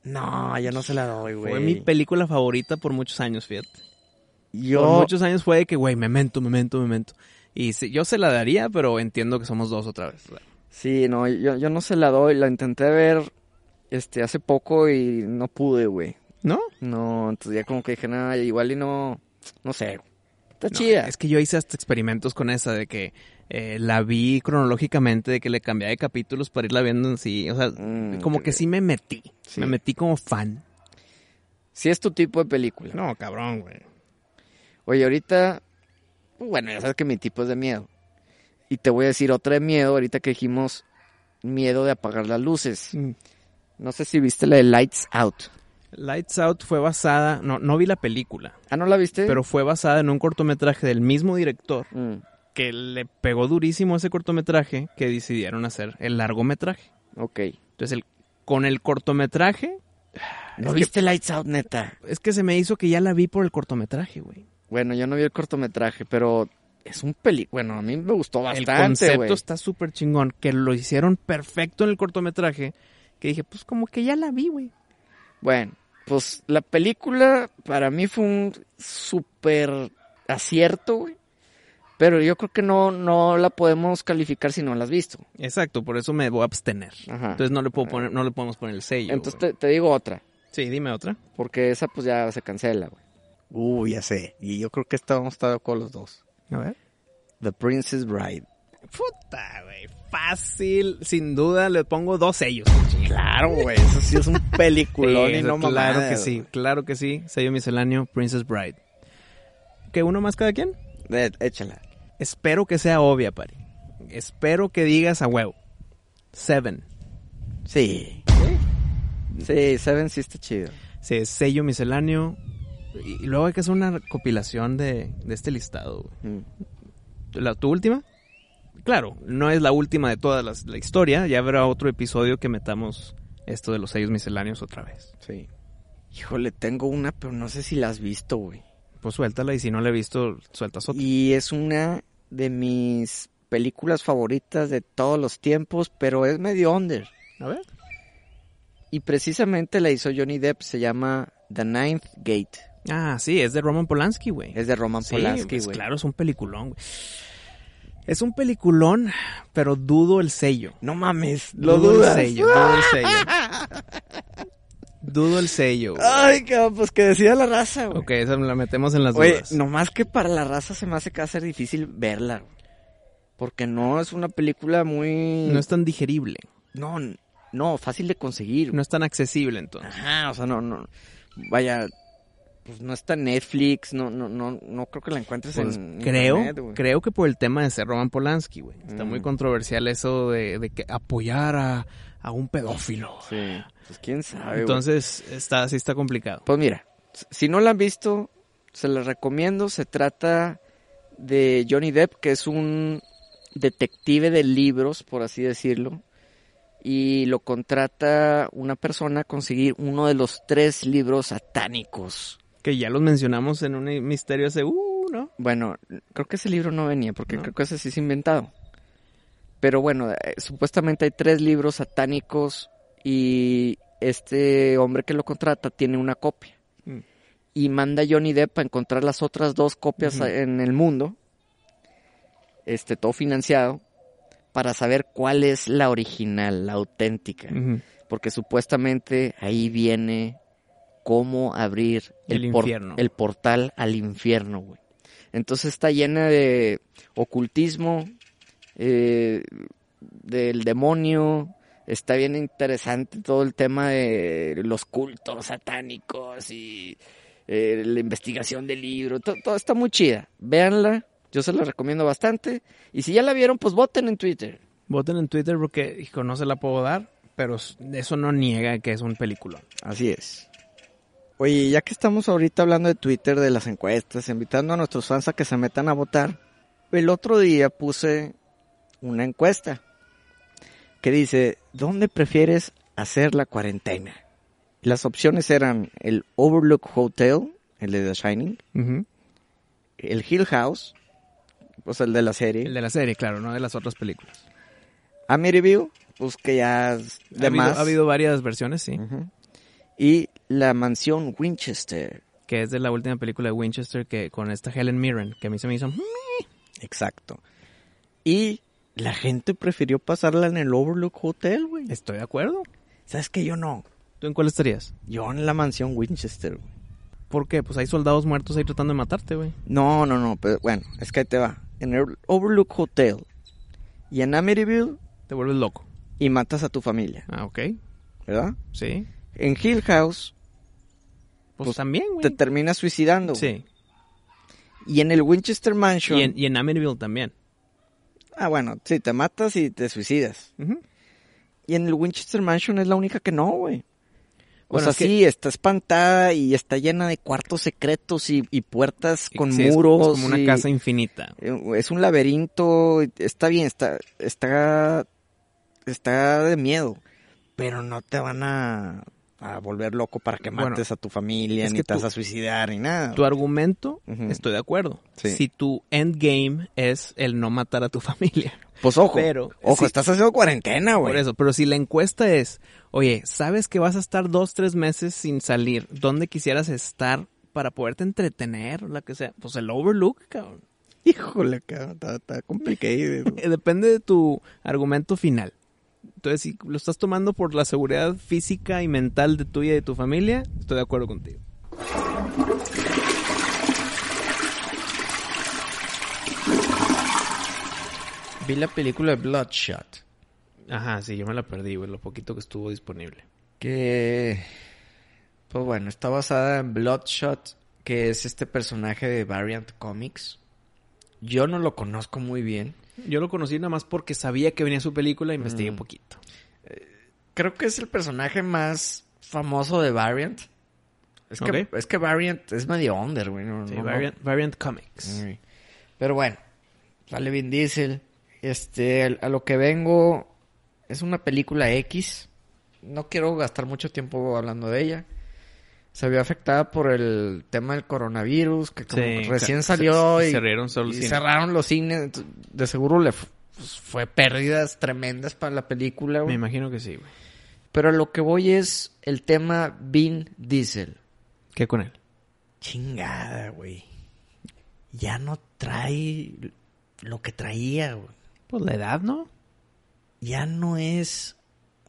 [SPEAKER 3] No, yo no se la doy,
[SPEAKER 4] Fue mi película favorita por muchos años, fíjate. Por
[SPEAKER 3] Yo
[SPEAKER 4] muchos años fue de que, güey, memento, memento, memento. Y sí, yo se la daría, pero entiendo que somos dos otra vez.
[SPEAKER 3] Sí, no, yo, yo no se la doy, la intenté ver este hace poco y no pude, güey.
[SPEAKER 4] ¿No?
[SPEAKER 3] No, entonces ya como que dije, nada, igual y no, no sé. Está
[SPEAKER 4] No,
[SPEAKER 3] chida.
[SPEAKER 4] Es que yo hice hasta experimentos con esa, de que eh, la vi cronológicamente, de que le cambiaba de capítulos para irla viendo en sí. O sea,
[SPEAKER 3] Mm,
[SPEAKER 4] como
[SPEAKER 3] ok.
[SPEAKER 4] que sí me metí.
[SPEAKER 3] Sí.
[SPEAKER 4] Me metí como fan.
[SPEAKER 3] Si es tu tipo de película.
[SPEAKER 4] No, cabrón, güey.
[SPEAKER 3] Oye, ahorita, pues, bueno, ya sabes que mi tipo es de miedo. Y te voy a decir otra de miedo, ahorita que dijimos miedo de apagar las luces.
[SPEAKER 4] Mm.
[SPEAKER 3] No sé si viste la de Lights Out.
[SPEAKER 4] Lights Out fue basada, no, no vi la película,
[SPEAKER 3] Ah, ¿no la viste?
[SPEAKER 4] pero fue basada en un cortometraje del mismo director
[SPEAKER 3] Mm,
[SPEAKER 4] que le pegó durísimo ese cortometraje que decidieron hacer el largometraje.
[SPEAKER 3] ok.
[SPEAKER 4] Entonces, el, con el cortometraje,
[SPEAKER 3] ¿No
[SPEAKER 4] Es que-
[SPEAKER 3] viste Lights Out, neta?
[SPEAKER 4] es que se me hizo que ya la vi por el cortometraje, güey.
[SPEAKER 3] Bueno, yo no vi el cortometraje, pero es un peli... Bueno, a mí me gustó
[SPEAKER 4] El
[SPEAKER 3] bastante,
[SPEAKER 4] concepto
[SPEAKER 3] güey.
[SPEAKER 4] está súper chingón, que lo hicieron perfecto en el cortometraje, que dije, pues como que ya la vi, güey.
[SPEAKER 3] Bueno, pues la película para mí fue un súper acierto, güey. Pero yo creo que no, no la podemos calificar si no la has visto.
[SPEAKER 4] Exacto, por eso me voy a abstener.
[SPEAKER 3] Ajá.
[SPEAKER 4] Entonces no le puedo poner, no le podemos poner el sello.
[SPEAKER 3] Entonces
[SPEAKER 4] güey.
[SPEAKER 3] te, te digo otra,
[SPEAKER 4] Sí, dime otra.
[SPEAKER 3] porque esa pues ya se cancela, güey. Uh, ya sé. Y yo creo que estábamos de acuerdo los dos.
[SPEAKER 4] A ver.
[SPEAKER 3] The Princess Bride.
[SPEAKER 4] Puta, güey. Fácil, sin duda, le pongo dos sellos.
[SPEAKER 3] Claro, güey. Eso sí es un peliculón
[SPEAKER 4] Sí,
[SPEAKER 3] y no
[SPEAKER 4] Claro
[SPEAKER 3] mamadas,
[SPEAKER 4] que sí,
[SPEAKER 3] güey.
[SPEAKER 4] claro que sí. Sello misceláneo, Princess Bride. ¿Que uno más cada quien?
[SPEAKER 3] Eh, Échala.
[SPEAKER 4] Espero que sea obvia, Pari. Espero que digas a huevo. Seven.
[SPEAKER 3] Sí. Sí, Seven sí está chido.
[SPEAKER 4] Sí, es sello misceláneo. Y y luego hay que hacer una recopilación de, de este listado. güey.
[SPEAKER 3] Mm.
[SPEAKER 4] ¿La, ¿Tu última? Claro, no es la última de toda las- la historia. Ya habrá otro episodio que metamos esto de los sellos misceláneos otra vez.
[SPEAKER 3] Sí. Híjole, tengo una, pero no sé si la has visto, güey.
[SPEAKER 4] Pues suéltala y si no la he visto, sueltas otra.
[SPEAKER 3] Y es una de mis películas favoritas de todos los tiempos, pero es medio under.
[SPEAKER 4] A ver.
[SPEAKER 3] Y precisamente la hizo Johnny Depp, se llama The Ninth Gate.
[SPEAKER 4] Ah, sí, es de Roman Polanski, güey.
[SPEAKER 3] Es de Roman
[SPEAKER 4] Sí,
[SPEAKER 3] Polanski,
[SPEAKER 4] pues
[SPEAKER 3] güey.
[SPEAKER 4] claro, es un peliculón, güey. Es un peliculón, pero dudo el sello.
[SPEAKER 3] No mames,
[SPEAKER 4] dudo el sello, dudo el sello. Dudo el sello. güey.
[SPEAKER 3] Ay, cabrón, pues que decida la raza, güey.
[SPEAKER 4] Ok, esa la metemos en las
[SPEAKER 3] Oye,
[SPEAKER 4] dudas.
[SPEAKER 3] nomás que para la raza se me hace que va a ser difícil verla, güey. Porque no es una película muy...
[SPEAKER 4] No es tan digerible,
[SPEAKER 3] no, no, fácil de conseguir. güey.
[SPEAKER 4] no es tan accesible entonces.
[SPEAKER 3] Ajá, o sea, no, no. Vaya, pues no está en Netflix, no, no, no, no creo que la encuentres
[SPEAKER 4] Pues,
[SPEAKER 3] Ah, en
[SPEAKER 4] creo,
[SPEAKER 3] internet, güey.
[SPEAKER 4] creo que por el tema de ser Roman Polanski, güey. Está
[SPEAKER 3] Mm.
[SPEAKER 4] muy controversial eso de, de que apoyar a, a un pedófilo.
[SPEAKER 3] Sí. Pues quién sabe, güey.
[SPEAKER 4] Entonces, está, sí está complicado.
[SPEAKER 3] Pues mira, s- si no la han visto, se la recomiendo. Se trata de Johnny Depp, que es un detective de libros, por así decirlo. Y lo contrata una persona a conseguir uno de los tres libros satánicos.
[SPEAKER 4] Que ya los mencionamos en un misterio hace, uh, ¿no?
[SPEAKER 3] Bueno, creo que ese libro no venía, porque
[SPEAKER 4] No.
[SPEAKER 3] creo que ese sí es inventado. Pero bueno, eh, supuestamente hay tres libros satánicos y este hombre que lo contrata tiene una copia.
[SPEAKER 4] Mm.
[SPEAKER 3] Y manda a Johnny Depp a encontrar las otras dos copias
[SPEAKER 4] Ujú.
[SPEAKER 3] a- en el mundo, este, todo financiado, para saber cuál es la original, la auténtica.
[SPEAKER 4] Ujú.
[SPEAKER 3] Porque supuestamente ahí viene cómo abrir el,
[SPEAKER 4] El
[SPEAKER 3] por-
[SPEAKER 4] infierno.
[SPEAKER 3] el portal al infierno, güey. Entonces está llena de ocultismo,
[SPEAKER 5] eh, del demonio. Está bien interesante todo el tema de los cultos satánicos y eh, la investigación del libro. To- Todo, está muy chida. Véanla. Yo se la recomiendo bastante. Y si ya la vieron, pues voten en Twitter.
[SPEAKER 4] Voten en Twitter porque, hijo, no se la puedo dar, pero s- eso no niega que es un película.
[SPEAKER 5] Así es. Oye, ya que estamos ahorita hablando de Twitter, de las encuestas, invitando a nuestros fans a que se metan a votar, el otro día puse una encuesta que dice, ¿dónde prefieres hacer la cuarentena? Las opciones eran el Overlook Hotel, el de The Shining, el Hill House, pues el de la
[SPEAKER 4] El
[SPEAKER 5] serie,
[SPEAKER 4] de la serie, claro, no de las otras películas.
[SPEAKER 5] Amityville, pues que ya es
[SPEAKER 4] ha,
[SPEAKER 5] de
[SPEAKER 4] habido,
[SPEAKER 5] más,
[SPEAKER 4] ha habido varias versiones, sí.
[SPEAKER 5] Ujú. y la mansión Winchester.
[SPEAKER 4] Que es de la última película de Winchester que con esta Helen Mirren, que a mí se me hizo... "Mm".
[SPEAKER 5] Exacto. Y la gente prefirió pasarla en el Overlook Hotel, güey.
[SPEAKER 4] Estoy de acuerdo.
[SPEAKER 5] ¿Sabes que Yo no.
[SPEAKER 4] ¿Tú en cuál estarías?
[SPEAKER 5] Yo en la mansión Winchester, güey.
[SPEAKER 4] ¿Por qué? Pues hay soldados muertos ahí tratando de matarte, güey.
[SPEAKER 5] No, no, no. Pero bueno, es que ahí te va. En el Overlook Hotel y en Amityville
[SPEAKER 4] Te vuelves loco.
[SPEAKER 5] y matas a tu familia,
[SPEAKER 4] Ah, ok.
[SPEAKER 5] ¿verdad?
[SPEAKER 4] Sí.
[SPEAKER 5] En Hill House
[SPEAKER 4] Pues,
[SPEAKER 5] Pues
[SPEAKER 4] también,
[SPEAKER 5] te
[SPEAKER 4] güey.
[SPEAKER 5] terminas suicidando. güey.
[SPEAKER 4] Sí.
[SPEAKER 5] Y en el Winchester Mansion.
[SPEAKER 4] Y en, y en Amityville también.
[SPEAKER 5] Ah, bueno, sí, te matas y te suicidas.
[SPEAKER 4] Ujú.
[SPEAKER 5] Y en el Winchester Mansion es la única que no, güey. O
[SPEAKER 4] Bueno,
[SPEAKER 5] sea,
[SPEAKER 4] es que-
[SPEAKER 5] sí, está espantada y está llena de cuartos secretos y, y puertas con
[SPEAKER 4] Sí, es-
[SPEAKER 5] muros.
[SPEAKER 4] Es, como una
[SPEAKER 5] y-
[SPEAKER 4] casa infinita.
[SPEAKER 5] eh, Es un laberinto. Está bien, está, está, está de miedo. Pero no te van a, a volver loco para que
[SPEAKER 4] Bueno,
[SPEAKER 5] mates a tu familia,
[SPEAKER 4] es
[SPEAKER 5] ni
[SPEAKER 4] que
[SPEAKER 5] te vas
[SPEAKER 4] tú-
[SPEAKER 5] a suicidar, ni nada.
[SPEAKER 4] Tu argumento,
[SPEAKER 5] Ujú.
[SPEAKER 4] estoy de acuerdo.
[SPEAKER 5] Sí.
[SPEAKER 4] Si tu endgame es el no matar a tu familia.
[SPEAKER 5] Pues ojo,
[SPEAKER 4] pero-
[SPEAKER 5] ojo,
[SPEAKER 4] sí.
[SPEAKER 5] estás haciendo cuarentena,
[SPEAKER 4] Por
[SPEAKER 5] güey.
[SPEAKER 4] eso, pero si la encuesta es, oye, ¿sabes que vas a estar dos, tres meses sin salir? ¿Dónde quisieras estar para poderte entretener? La que sea. Pues el overlook, cabrón.
[SPEAKER 5] Híjole, cabrón, está, está complicado. güey.
[SPEAKER 4] Eh, Depende de tu argumento final. Entonces, si lo estás tomando por la seguridad física y mental de tuya y de tu familia, estoy de acuerdo contigo.
[SPEAKER 3] Vi la película de Bloodshot.
[SPEAKER 4] Ajá, sí, yo me la perdí, güey, lo poquito que estuvo disponible.
[SPEAKER 3] Que. Pues bueno, está basada en Bloodshot, que es este personaje de Variant Comics. Yo no lo conozco muy bien.
[SPEAKER 4] Yo lo conocí nada más porque sabía que venía su película y investigué
[SPEAKER 3] Mm.
[SPEAKER 4] un poquito.
[SPEAKER 3] Creo que es el personaje más famoso de Variant. Es que,
[SPEAKER 4] Ok.
[SPEAKER 3] es que Variant es medio under, güey. no-
[SPEAKER 4] Sí,
[SPEAKER 3] no- Mm. no-
[SPEAKER 4] Variant, Variant Comics.
[SPEAKER 3] Sí. Pero bueno, sale Vin Diesel. Este, al- a lo que vengo es una película X. No quiero gastar mucho tiempo hablando de ella. Se vio afectada por el tema del coronavirus, que como
[SPEAKER 4] Sí,
[SPEAKER 3] recién
[SPEAKER 4] se-
[SPEAKER 3] salió
[SPEAKER 4] se-
[SPEAKER 3] y,
[SPEAKER 4] cerraron solo
[SPEAKER 3] y
[SPEAKER 4] cines.
[SPEAKER 3] cerraron los cines. Ent- De seguro le fu- pues, fue pérdidas tremendas para la película.
[SPEAKER 4] Me
[SPEAKER 3] güey.
[SPEAKER 4] imagino que sí, güey.
[SPEAKER 3] Pero a lo que voy es el tema Vin Diesel.
[SPEAKER 4] ¿Qué con él?
[SPEAKER 3] Chingada, güey. Ya no trae lo que traía, güey.
[SPEAKER 4] Pues la edad, ¿no?
[SPEAKER 3] Ya no es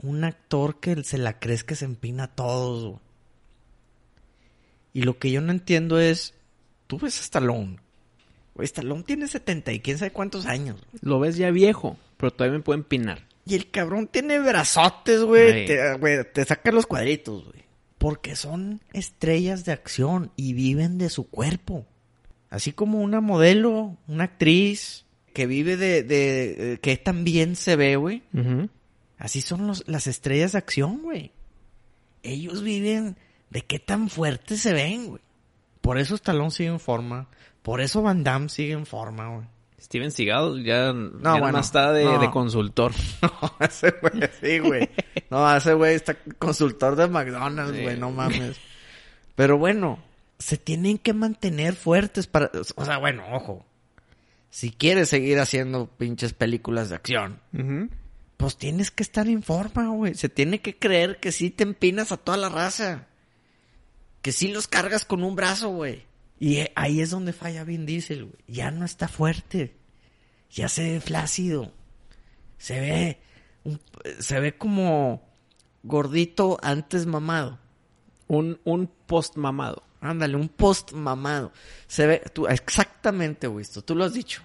[SPEAKER 3] un actor que se la crees que se empina a todos, güey. Y lo que yo no entiendo es, tú ves a Stallone. Güey, Stallone tiene 70 y quién sabe cuántos años. güey.
[SPEAKER 4] Lo ves ya viejo, pero todavía me puede empinar.
[SPEAKER 3] Y el cabrón tiene brazotes, güey.
[SPEAKER 4] Ay.
[SPEAKER 3] Te, güey, te saca los cuadritos, güey. Porque son estrellas de acción y viven de su cuerpo. Así como una modelo, una actriz que vive de... de- eh, que también se ve, güey. Así son los- las estrellas de acción, güey. Ellos viven de qué tan fuertes se ven, güey. Por eso Stallone sigue en forma. Por eso Van Damme sigue en forma, güey.
[SPEAKER 4] Steven Seagal ya, no,
[SPEAKER 3] bueno,
[SPEAKER 4] está de,
[SPEAKER 3] no.
[SPEAKER 4] de consultor.
[SPEAKER 3] No, ese güey, sí, güey. No, ese güey está consultor de McDonald's, güey, no mames. Pero bueno, se tienen que mantener fuertes para... O sea, bueno, ojo. Si quieres seguir haciendo pinches películas de acción, pues tienes que estar en forma, güey. Se tiene que creer que sí te empinas a toda la raza. Que sí los cargas con un brazo, güey. Y eh, ahí es donde falla Vin Diesel, güey. Ya no está fuerte. Ya se ve flácido. Se ve. un- se ve como gordito antes mamado.
[SPEAKER 4] Un, un post mamado.
[SPEAKER 3] Ándale, un post mamado. Se ve. Tú, exactamente, güey. esto, Tú lo has dicho.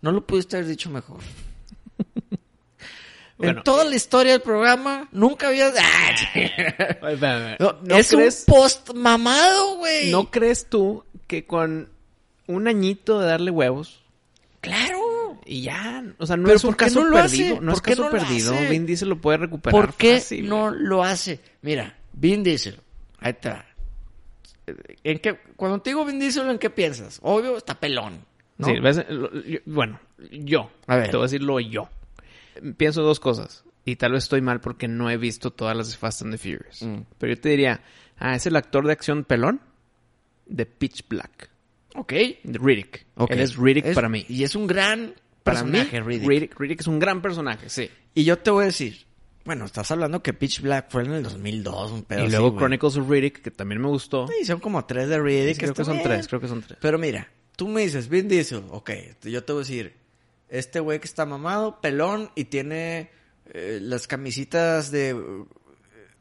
[SPEAKER 3] No lo pudiste haber dicho mejor.
[SPEAKER 4] Bueno. eh,
[SPEAKER 3] En toda la historia del programa, nunca había...
[SPEAKER 4] Oye, espérame.
[SPEAKER 3] No,
[SPEAKER 4] ¿No
[SPEAKER 3] es
[SPEAKER 4] crees-
[SPEAKER 3] un post mamado, güey.
[SPEAKER 4] ¿No crees tú que con un añito de darle huevos
[SPEAKER 3] claro.
[SPEAKER 4] y ya, o sea, no
[SPEAKER 3] ¿Pero
[SPEAKER 4] es un
[SPEAKER 3] por qué
[SPEAKER 4] caso
[SPEAKER 3] no lo hace?
[SPEAKER 4] perdido, no es
[SPEAKER 3] ¿Por qué
[SPEAKER 4] caso
[SPEAKER 3] no lo
[SPEAKER 4] perdido,
[SPEAKER 3] hace?
[SPEAKER 4] Vin Diesel lo puede recuperar
[SPEAKER 3] ¿Por qué
[SPEAKER 4] fácil,
[SPEAKER 3] no
[SPEAKER 4] güey.
[SPEAKER 3] lo hace? Mira, Vin Diesel. Ahí está. ¿En qué, cuando te digo Vin Diesel, ¿en qué piensas? Obvio, está pelón. ¿no?
[SPEAKER 4] Sí, ves, lo- yo- bueno, yo,
[SPEAKER 3] A ver.
[SPEAKER 4] te voy a decirlo yo. Pienso dos cosas y tal vez estoy mal porque no he visto todas las de Fast and the Furious,
[SPEAKER 3] Mm.
[SPEAKER 4] pero yo te diría, ah, es el actor de acción pelón de Pitch Black,
[SPEAKER 3] Ok.
[SPEAKER 4] de Riddick.
[SPEAKER 3] ok.
[SPEAKER 4] Él es Riddick para mí.
[SPEAKER 3] Y es un gran
[SPEAKER 4] Para
[SPEAKER 3] personaje,
[SPEAKER 4] mí,
[SPEAKER 3] Riddick.
[SPEAKER 4] Riddick, Riddick es un gran personaje, sí.
[SPEAKER 3] Y yo te voy a decir, bueno, estás hablando que Pitch Black fue en el 2002, un pedo
[SPEAKER 4] y
[SPEAKER 3] así,
[SPEAKER 4] luego
[SPEAKER 3] güey.
[SPEAKER 4] Chronicles of Riddick, que también me gustó.
[SPEAKER 3] Sí, son como tres de Riddick.
[SPEAKER 4] creo
[SPEAKER 3] está
[SPEAKER 4] que son
[SPEAKER 3] bien.
[SPEAKER 4] tres, creo que son tres.
[SPEAKER 3] Pero mira, tú me dices, Vin Diesel, ok, yo te voy a decir, este güey que está mamado, pelón y tiene eh, las camisitas de,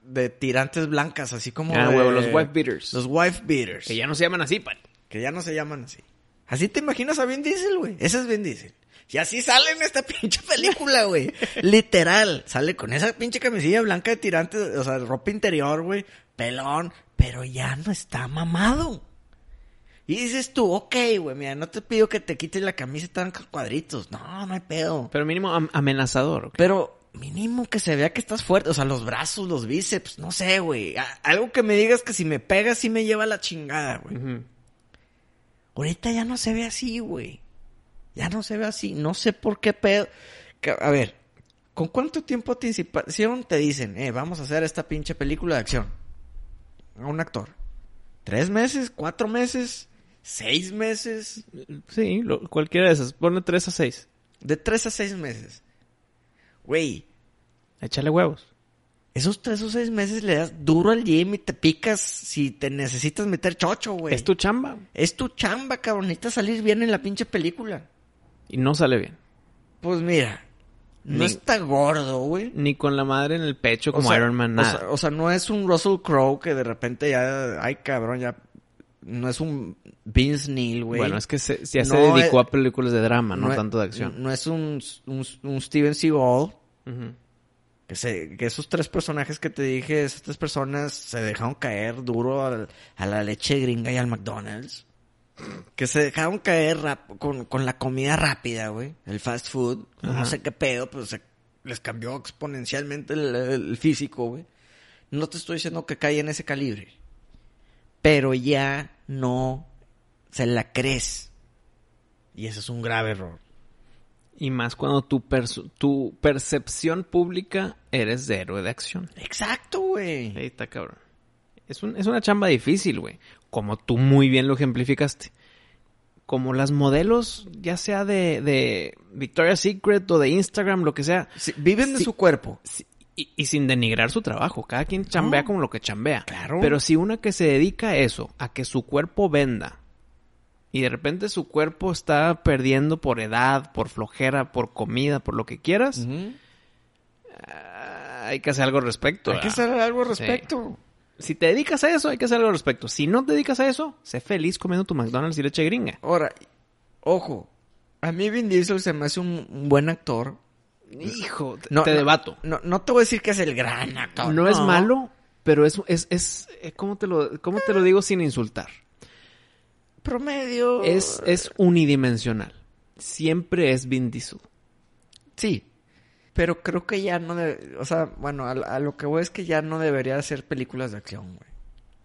[SPEAKER 3] de tirantes blancas, así como...
[SPEAKER 4] Ah,
[SPEAKER 3] de-
[SPEAKER 4] huevo, los wife beaters.
[SPEAKER 3] Los wife beaters,
[SPEAKER 4] Que ya no se llaman así, pues. pan.
[SPEAKER 3] no se llaman así. Así te imaginas a Vin Diesel, güey. Ese es Vin Diesel. Y así sale en esta pinche película, güey. Literal. Sale con esa pinche camisilla blanca de tirantes, o sea, ropa interior, güey. Pelón. Pero ya no está mamado. Y dices tú, ok, güey, mira, no te pido que te quites la camisa tan cuadritos. No, no hay pedo.
[SPEAKER 4] Pero mínimo am- amenazador. ¿ok?
[SPEAKER 3] Pero mínimo que se vea que estás fuerte. O sea, los brazos, los bíceps, no sé, güey. A- Algo que me digas que si me pegas sí me lleva a la chingada, güey.
[SPEAKER 4] Ujú.
[SPEAKER 3] Ahorita ya no se ve así, güey. Ya no se ve así. No sé por qué pedo. Ca- A ver, ¿con cuánto tiempo te anticipación te dicen, eh, vamos a hacer esta pinche película de acción? A un actor. ¿Tres meses? ¿Cuatro meses? ¿Seis meses?
[SPEAKER 4] Sí, lo- cualquiera de esas. Ponle tres a seis.
[SPEAKER 3] De tres a seis meses. Güey,
[SPEAKER 4] Échale huevos.
[SPEAKER 3] esos tres o seis meses le das duro al gym y te picas si te necesitas meter chocho, güey.
[SPEAKER 4] Es tu chamba.
[SPEAKER 3] Es tu chamba, cabrón. Necesitas salir bien en la pinche película.
[SPEAKER 4] Y no sale bien.
[SPEAKER 3] Pues mira, no
[SPEAKER 4] Ni-
[SPEAKER 3] está gordo, güey.
[SPEAKER 4] Ni con la madre en el pecho como
[SPEAKER 3] O sea,
[SPEAKER 4] Iron Man,
[SPEAKER 3] o
[SPEAKER 4] nada.
[SPEAKER 3] sea- O sea, no es un Russell Crowe que de repente ya, ay cabrón, ya no es un Vince Neil, güey.
[SPEAKER 4] bueno, es que se- ya se
[SPEAKER 3] No,
[SPEAKER 4] dedicó
[SPEAKER 3] eh,
[SPEAKER 4] a películas de drama, no,
[SPEAKER 3] es-
[SPEAKER 4] tanto de acción.
[SPEAKER 3] No es un, un, un Steven Seagal.
[SPEAKER 4] Ujú.
[SPEAKER 3] Que, se- que esos tres personajes que te dije, esas tres personas se dejaron caer duro al- a la leche gringa y al McDonald's. Que se dejaron caer rap- con, con la comida rápida, güey. El fast food.
[SPEAKER 4] Ajá.
[SPEAKER 3] No sé qué pedo, pero se les cambió exponencialmente el, el físico, güey. No te estoy diciendo que cae en ese calibre. Pero ya no se la crees. Y ese es un grave error.
[SPEAKER 4] Y más cuando tu, perso- tu percepción pública eres de héroe de acción.
[SPEAKER 3] Exacto, güey.
[SPEAKER 4] Ahí está, cabrón. Es, un- es una chamba difícil, güey. Como tú muy bien lo ejemplificaste. Como las modelos, ya sea de, de Victoria's Secret o de Instagram, lo que sea.
[SPEAKER 3] Sí, viven de
[SPEAKER 4] Sí.
[SPEAKER 3] su cuerpo.
[SPEAKER 4] si- Y, y sin denigrar su trabajo. Cada quien chambea como lo que chambea.
[SPEAKER 3] Claro.
[SPEAKER 4] Pero si una que se dedica a eso, a que su cuerpo venda, y de repente su cuerpo está perdiendo por edad, por flojera, por comida, por lo que quieras,
[SPEAKER 3] Ujú.
[SPEAKER 4] ah, hay que hacer algo al respecto.
[SPEAKER 3] Hay que
[SPEAKER 4] ¿verdad?
[SPEAKER 3] hacer algo al
[SPEAKER 4] Sí.
[SPEAKER 3] respecto.
[SPEAKER 4] Si te dedicas a eso, hay que hacer algo al respecto. Si no te dedicas a eso, sé feliz comiendo tu McDonald's y leche gringa.
[SPEAKER 3] Ahora, ojo, a mí Vin Diesel se me hace un, un buen actor.
[SPEAKER 4] Hijo, te, te debato.
[SPEAKER 3] No, no te voy a decir que es el gran actor.
[SPEAKER 4] No, es malo, pero es, es, es eh, ¿cómo, te lo, ¿cómo te lo digo sin insultar?
[SPEAKER 3] Promedio.
[SPEAKER 4] Es, es unidimensional. Siempre es Vin Diesel.
[SPEAKER 3] Sí. Pero creo que ya no. de- O sea, bueno, a, a lo que voy es que ya no debería hacer películas de acción, güey.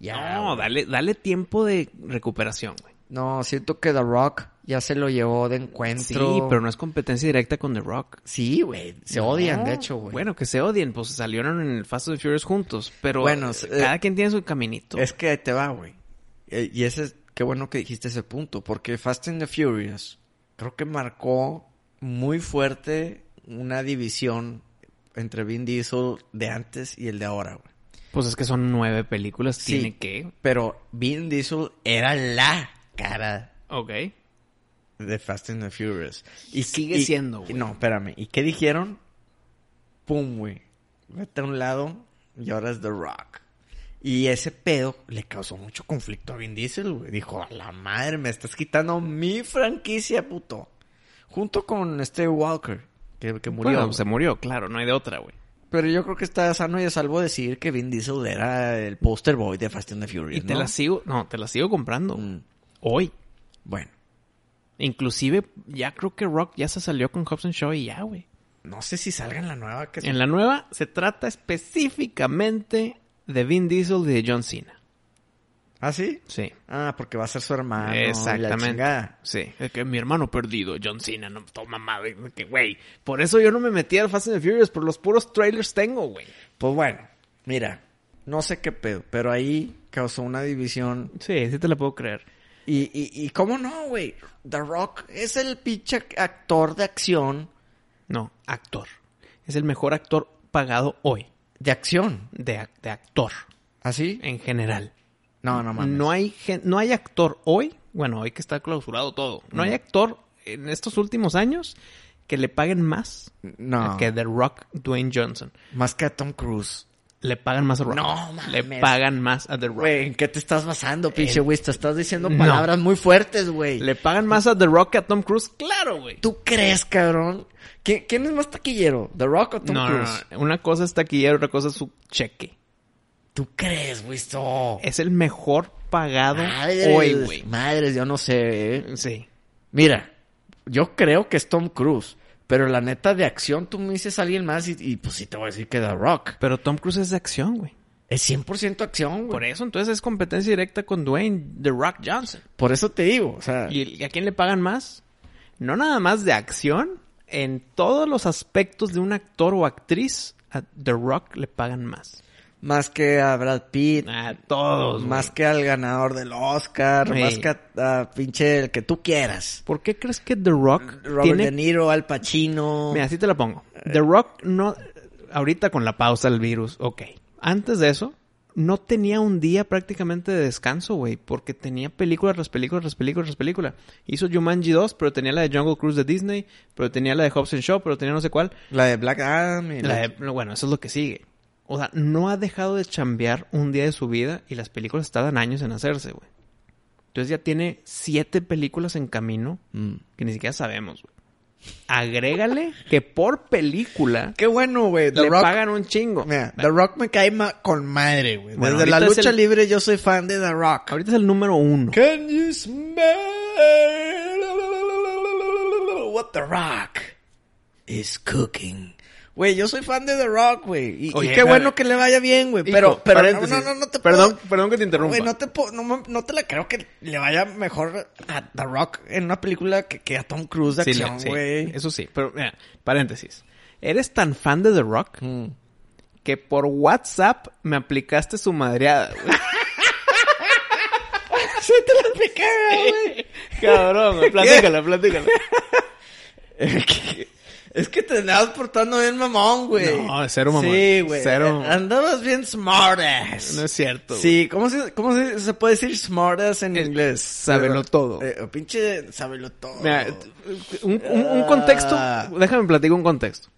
[SPEAKER 3] Ya.
[SPEAKER 4] No,
[SPEAKER 3] güey.
[SPEAKER 4] dale, dale tiempo de recuperación, güey.
[SPEAKER 3] No, siento que The Rock ya se lo llevó de encuentro.
[SPEAKER 4] Sí, pero no es competencia directa con The Rock.
[SPEAKER 3] Sí, güey. Se odian,
[SPEAKER 4] No,
[SPEAKER 3] de hecho, güey.
[SPEAKER 4] Bueno, que se odien, pues salieron en el Fast and Furious juntos, pero
[SPEAKER 3] Bueno,
[SPEAKER 4] eh,
[SPEAKER 3] se-
[SPEAKER 4] cada quien tiene su caminito.
[SPEAKER 3] Es que ahí te va, güey. Eh, Y ese, qué bueno que dijiste ese punto, porque Fast and the Furious creo que marcó muy fuerte una división entre Vin Diesel de antes y el de ahora, güey.
[SPEAKER 4] Pues es que son nueve películas,
[SPEAKER 3] Sí.
[SPEAKER 4] tiene que.
[SPEAKER 3] Pero Vin Diesel era la cara
[SPEAKER 4] Ok.
[SPEAKER 3] de Fast and the Furious. Y
[SPEAKER 4] Sigue
[SPEAKER 3] y-
[SPEAKER 4] siendo, güey.
[SPEAKER 3] No, espérame. ¿Y qué dijeron? Pum, güey. Vete a un lado y ahora es The Rock. Y ese pedo le causó mucho conflicto a Vin Diesel, güey. Dijo, a la madre, me estás quitando mi franquicia, puto. Junto con este Walker, que, que murió.
[SPEAKER 4] Bueno,
[SPEAKER 3] güey.
[SPEAKER 4] se murió, claro, no hay de otra, güey.
[SPEAKER 3] Pero yo creo que está sano y a salvo decir que Vin Diesel era el poster boy de Fast and the Furious,
[SPEAKER 4] Y te
[SPEAKER 3] ¿no?
[SPEAKER 4] la sigo, Pues no, te la sigo comprando.
[SPEAKER 3] Mm,
[SPEAKER 4] Hoy.
[SPEAKER 3] Bueno,
[SPEAKER 4] Inclusive, ya creo que Rock ya se salió con Hobson Show y ya, güey.
[SPEAKER 3] no sé si salga en la nueva que...
[SPEAKER 4] En la nueva se trata específicamente de Vin Diesel y de John Cena.
[SPEAKER 3] ¿Ah, sí?
[SPEAKER 4] Sí.
[SPEAKER 3] Ah, porque va a ser su hermano.
[SPEAKER 4] Exactamente.
[SPEAKER 3] Exactamente.
[SPEAKER 4] Sí. Es que mi hermano perdido, John Cena, no toma madre. Que güey. Por eso yo no me metí al Fast and the Furious, por los puros trailers tengo, güey.
[SPEAKER 3] Pues bueno, mira, no sé qué pedo, pero ahí causó una división.
[SPEAKER 4] Sí, sí te la puedo creer.
[SPEAKER 3] Y, y, y cómo no, güey. The Rock es el pinche actor de acción.
[SPEAKER 4] No, actor. Es el mejor actor pagado hoy.
[SPEAKER 3] De acción.
[SPEAKER 4] De, ac- de actor,
[SPEAKER 3] ¿Así?
[SPEAKER 4] en general.
[SPEAKER 3] No, no mames.
[SPEAKER 4] No hay, gen- no hay actor hoy, bueno, hoy que está clausurado todo, no hay actor en estos últimos años que le paguen más
[SPEAKER 3] No.
[SPEAKER 4] que The Rock Dwayne Johnson.
[SPEAKER 3] Más que a Tom Cruise.
[SPEAKER 4] Le pagan más a Rock.
[SPEAKER 3] No
[SPEAKER 4] Le
[SPEAKER 3] mames.
[SPEAKER 4] pagan más a The Rock.
[SPEAKER 3] Güey, ¿en qué te estás basando, pinche
[SPEAKER 4] Eh,
[SPEAKER 3] güey? Te estás diciendo
[SPEAKER 4] no.
[SPEAKER 3] palabras muy fuertes, güey.
[SPEAKER 4] Le pagan más a The Rock que a Tom Cruise, claro, güey.
[SPEAKER 3] ¿Tú crees, cabrón? ¿Qui- ¿Quién es más taquillero? ¿The Rock o Tom
[SPEAKER 4] No, no,
[SPEAKER 3] Cruise?
[SPEAKER 4] no, una cosa es taquillero, otra cosa es su cheque.
[SPEAKER 3] ¿Tú crees, güey? esto?
[SPEAKER 4] Es el mejor pagado
[SPEAKER 3] Madres,
[SPEAKER 4] hoy, güey.
[SPEAKER 3] Madres, yo no sé. ¿eh?
[SPEAKER 4] Sí.
[SPEAKER 3] Mira, yo creo que es Tom Cruise. Pero la neta de acción, tú me dices a alguien más y, y, pues sí te voy a decir que The Rock.
[SPEAKER 4] Pero Tom Cruise es de acción, güey.
[SPEAKER 3] Es 100% acción, güey.
[SPEAKER 4] Por e-
[SPEAKER 3] Por,
[SPEAKER 4] eso, entonces es competencia directa con Dwayne The Rock Johnson.
[SPEAKER 3] eso te digo, o sea...
[SPEAKER 4] ¿Y el- a quién le pagan más? No nada más de acción, en todos los aspectos de un actor o actriz, a The Rock le pagan más.
[SPEAKER 3] Más que a Brad Pitt.
[SPEAKER 4] A Ah, todos. güey.
[SPEAKER 3] más que al ganador del Oscar.
[SPEAKER 4] Sí.
[SPEAKER 3] Más que a, a pinche el que tú quieras.
[SPEAKER 4] ¿Por qué crees que The Rock
[SPEAKER 3] Robert De
[SPEAKER 4] tiene...
[SPEAKER 3] Niro, Al Pacino...
[SPEAKER 4] Mira, así te la pongo. The Rock no... Ahorita con la pausa del virus, ok. Antes de eso, no tenía un día prácticamente de descanso, güey. Porque tenía películas, tras películas, tras películas, tras películas. Hizo Jumanji 2, pero tenía la de Jungle Cruise de Disney. Pero tenía la de Hobbs and Shaw, pero tenía no sé cuál.
[SPEAKER 3] La de Black Adam. y
[SPEAKER 4] La
[SPEAKER 3] la-
[SPEAKER 4] de- bueno, eso es lo que sigue. O sea, no ha dejado de chambear un día de su vida y las películas tardan años en hacerse, güey. Entonces ya tiene siete películas en camino
[SPEAKER 3] Mm.
[SPEAKER 4] que ni siquiera sabemos, güey. Agrégale que por película
[SPEAKER 3] Qué bueno, güey. The
[SPEAKER 4] le
[SPEAKER 3] Rock...
[SPEAKER 4] pagan un chingo.
[SPEAKER 3] Mira, The Rock me cae ma- con madre, güey.
[SPEAKER 4] Bueno,
[SPEAKER 3] Desde la
[SPEAKER 4] ahorita es
[SPEAKER 3] lucha
[SPEAKER 4] el-
[SPEAKER 3] libre yo soy fan de The Rock.
[SPEAKER 4] Ahorita es el número uno.
[SPEAKER 3] Can you smell what The Rock is cooking? Güey, yo soy fan de The Rock, güey. Y, y qué
[SPEAKER 4] Oye, espérame.
[SPEAKER 3] bueno que le vaya bien, güey. Pero,
[SPEAKER 4] Hijo,
[SPEAKER 3] pero no,
[SPEAKER 4] paréntesis.
[SPEAKER 3] no, no, no te
[SPEAKER 4] Perdón,
[SPEAKER 3] puedo-
[SPEAKER 4] perdón que te interrumpa.
[SPEAKER 3] Güey, no te, puedo- no, me- no te la creo que le vaya mejor a The Rock en una película que, que a Tom Cruise de
[SPEAKER 4] Sí, le-
[SPEAKER 3] acción,
[SPEAKER 4] sí,
[SPEAKER 3] güey.
[SPEAKER 4] Eso sí, pero mira, paréntesis. Eres tan fan de The Rock
[SPEAKER 3] Mm.
[SPEAKER 4] que por WhatsApp me aplicaste su madreada, güey.
[SPEAKER 3] Sí, te la expliqué, güey.
[SPEAKER 4] Cabrón, güey, platícala, platícala.
[SPEAKER 3] Es que te andabas portando bien mamón, güey.
[SPEAKER 4] No, cero mamón.
[SPEAKER 3] Sí, güey.
[SPEAKER 4] Cero.
[SPEAKER 3] Andabas bien smartass.
[SPEAKER 4] No es cierto. güey.
[SPEAKER 3] Sí, ¿cómo se, cómo se, se puede decir smartass en
[SPEAKER 4] Es
[SPEAKER 3] inglés?
[SPEAKER 4] sábelo todo.
[SPEAKER 3] Eh, o pinche sábelo todo.
[SPEAKER 4] Mira, t- un, un- un contexto.
[SPEAKER 3] Ah.
[SPEAKER 4] Déjame platicar un contexto.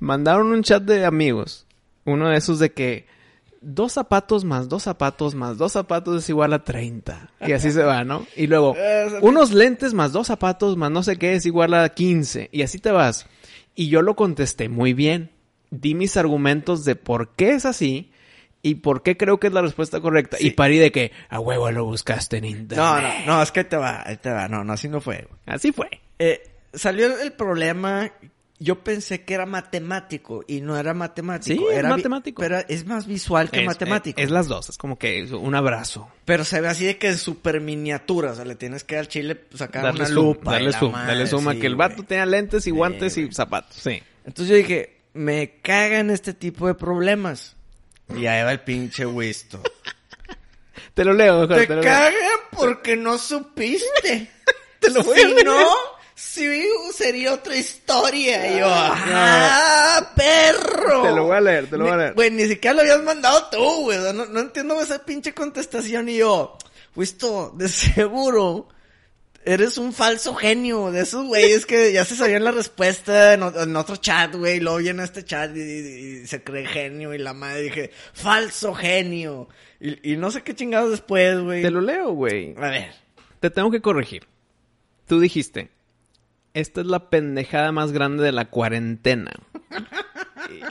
[SPEAKER 4] Mandaron un chat de amigos. Uno de esos de que dos zapatos más dos zapatos más dos zapatos es igual a 30. Y así se va, ¿no? Y luego,
[SPEAKER 3] Esa-
[SPEAKER 4] unos lentes más dos zapatos más no sé qué es igual a 15. Y así te vas. Y yo lo contesté muy bien. Di mis argumentos de por qué es así. Y por qué creo que es la respuesta correcta. Y parí de que, a huevo lo buscaste en internet.
[SPEAKER 3] no, no, no, es que ahí te va, ahí te va. No, no, así no fue. güey.
[SPEAKER 4] Así fue.
[SPEAKER 3] Eh, salió el problema. Yo pensé que era matemático y no era matemático.
[SPEAKER 4] Sí, es
[SPEAKER 3] era vi-
[SPEAKER 4] matemático.
[SPEAKER 3] Pero es más visual que
[SPEAKER 4] es, eh,
[SPEAKER 3] matemático.
[SPEAKER 4] Es, es las dos, es como que es un abrazo.
[SPEAKER 3] Pero se ve así de que es super miniatura. O sea, le tienes que al chile sacar
[SPEAKER 4] Darle
[SPEAKER 3] una
[SPEAKER 4] zoom,
[SPEAKER 3] lupa. y
[SPEAKER 4] darle
[SPEAKER 3] la
[SPEAKER 4] zoom,
[SPEAKER 3] madre,
[SPEAKER 4] darle zoom a
[SPEAKER 3] sí,
[SPEAKER 4] que el vato
[SPEAKER 3] güey.
[SPEAKER 4] tenía lentes y guantes
[SPEAKER 3] güey.
[SPEAKER 4] y zapatos. Sí.
[SPEAKER 3] Entonces yo dije, me cagan este tipo de problemas. Y ahí va el pinche Wisto.
[SPEAKER 4] Te lo leo, Jorge,
[SPEAKER 3] Te
[SPEAKER 4] te lo leo.
[SPEAKER 3] cagan porque no supiste. Te
[SPEAKER 4] lo voy
[SPEAKER 3] si
[SPEAKER 4] a leer.
[SPEAKER 3] no, sí sería otra historia. Y yo, ¡ah, perro!
[SPEAKER 4] Te lo voy a leer, te lo
[SPEAKER 3] Ni-
[SPEAKER 4] voy a leer.
[SPEAKER 3] Güey, ni siquiera lo habías mandado tú, güey. O sea, No, no entiendo esa pinche contestación. Y yo, Wisto, de seguro... Eres un falso genio de esos güeyes que ya se sabían la respuesta en, o- en otro chat, güey. y Luego viene este chat y, y- y se cree genio y la madre dije, falso genio. Y, y no sé qué chingados después, güey.
[SPEAKER 4] Te lo leo, güey.
[SPEAKER 3] A ver.
[SPEAKER 4] Te tengo que corregir. Tú dijiste, esta es la pendejada más grande de la cuarentena.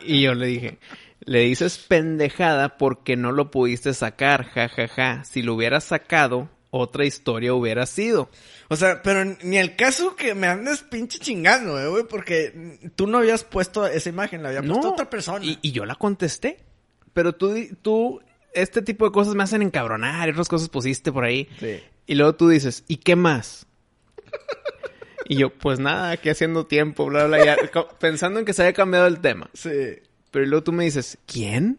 [SPEAKER 4] Y, y yo le dije, le dices pendejada porque no lo pudiste sacar, ja, ja, ja. Si lo hubieras sacado, otra historia hubiera sido.
[SPEAKER 3] O sea, pero ni el caso que me andes pinche chingando, eh, güey, porque tú no habías puesto esa imagen, la había puesto otra persona.
[SPEAKER 4] Y, y yo la contesté. Pero tú, di- tú, este tipo de cosas me hacen encabronar, y otras cosas pusiste por ahí.
[SPEAKER 3] Sí.
[SPEAKER 4] Y luego tú dices, ¿y qué más? y yo, pues nada, aquí haciendo tiempo, bla, bla, ya, co- pensando en que se haya cambiado el tema.
[SPEAKER 3] Sí.
[SPEAKER 4] Pero luego tú me dices, ¿quién?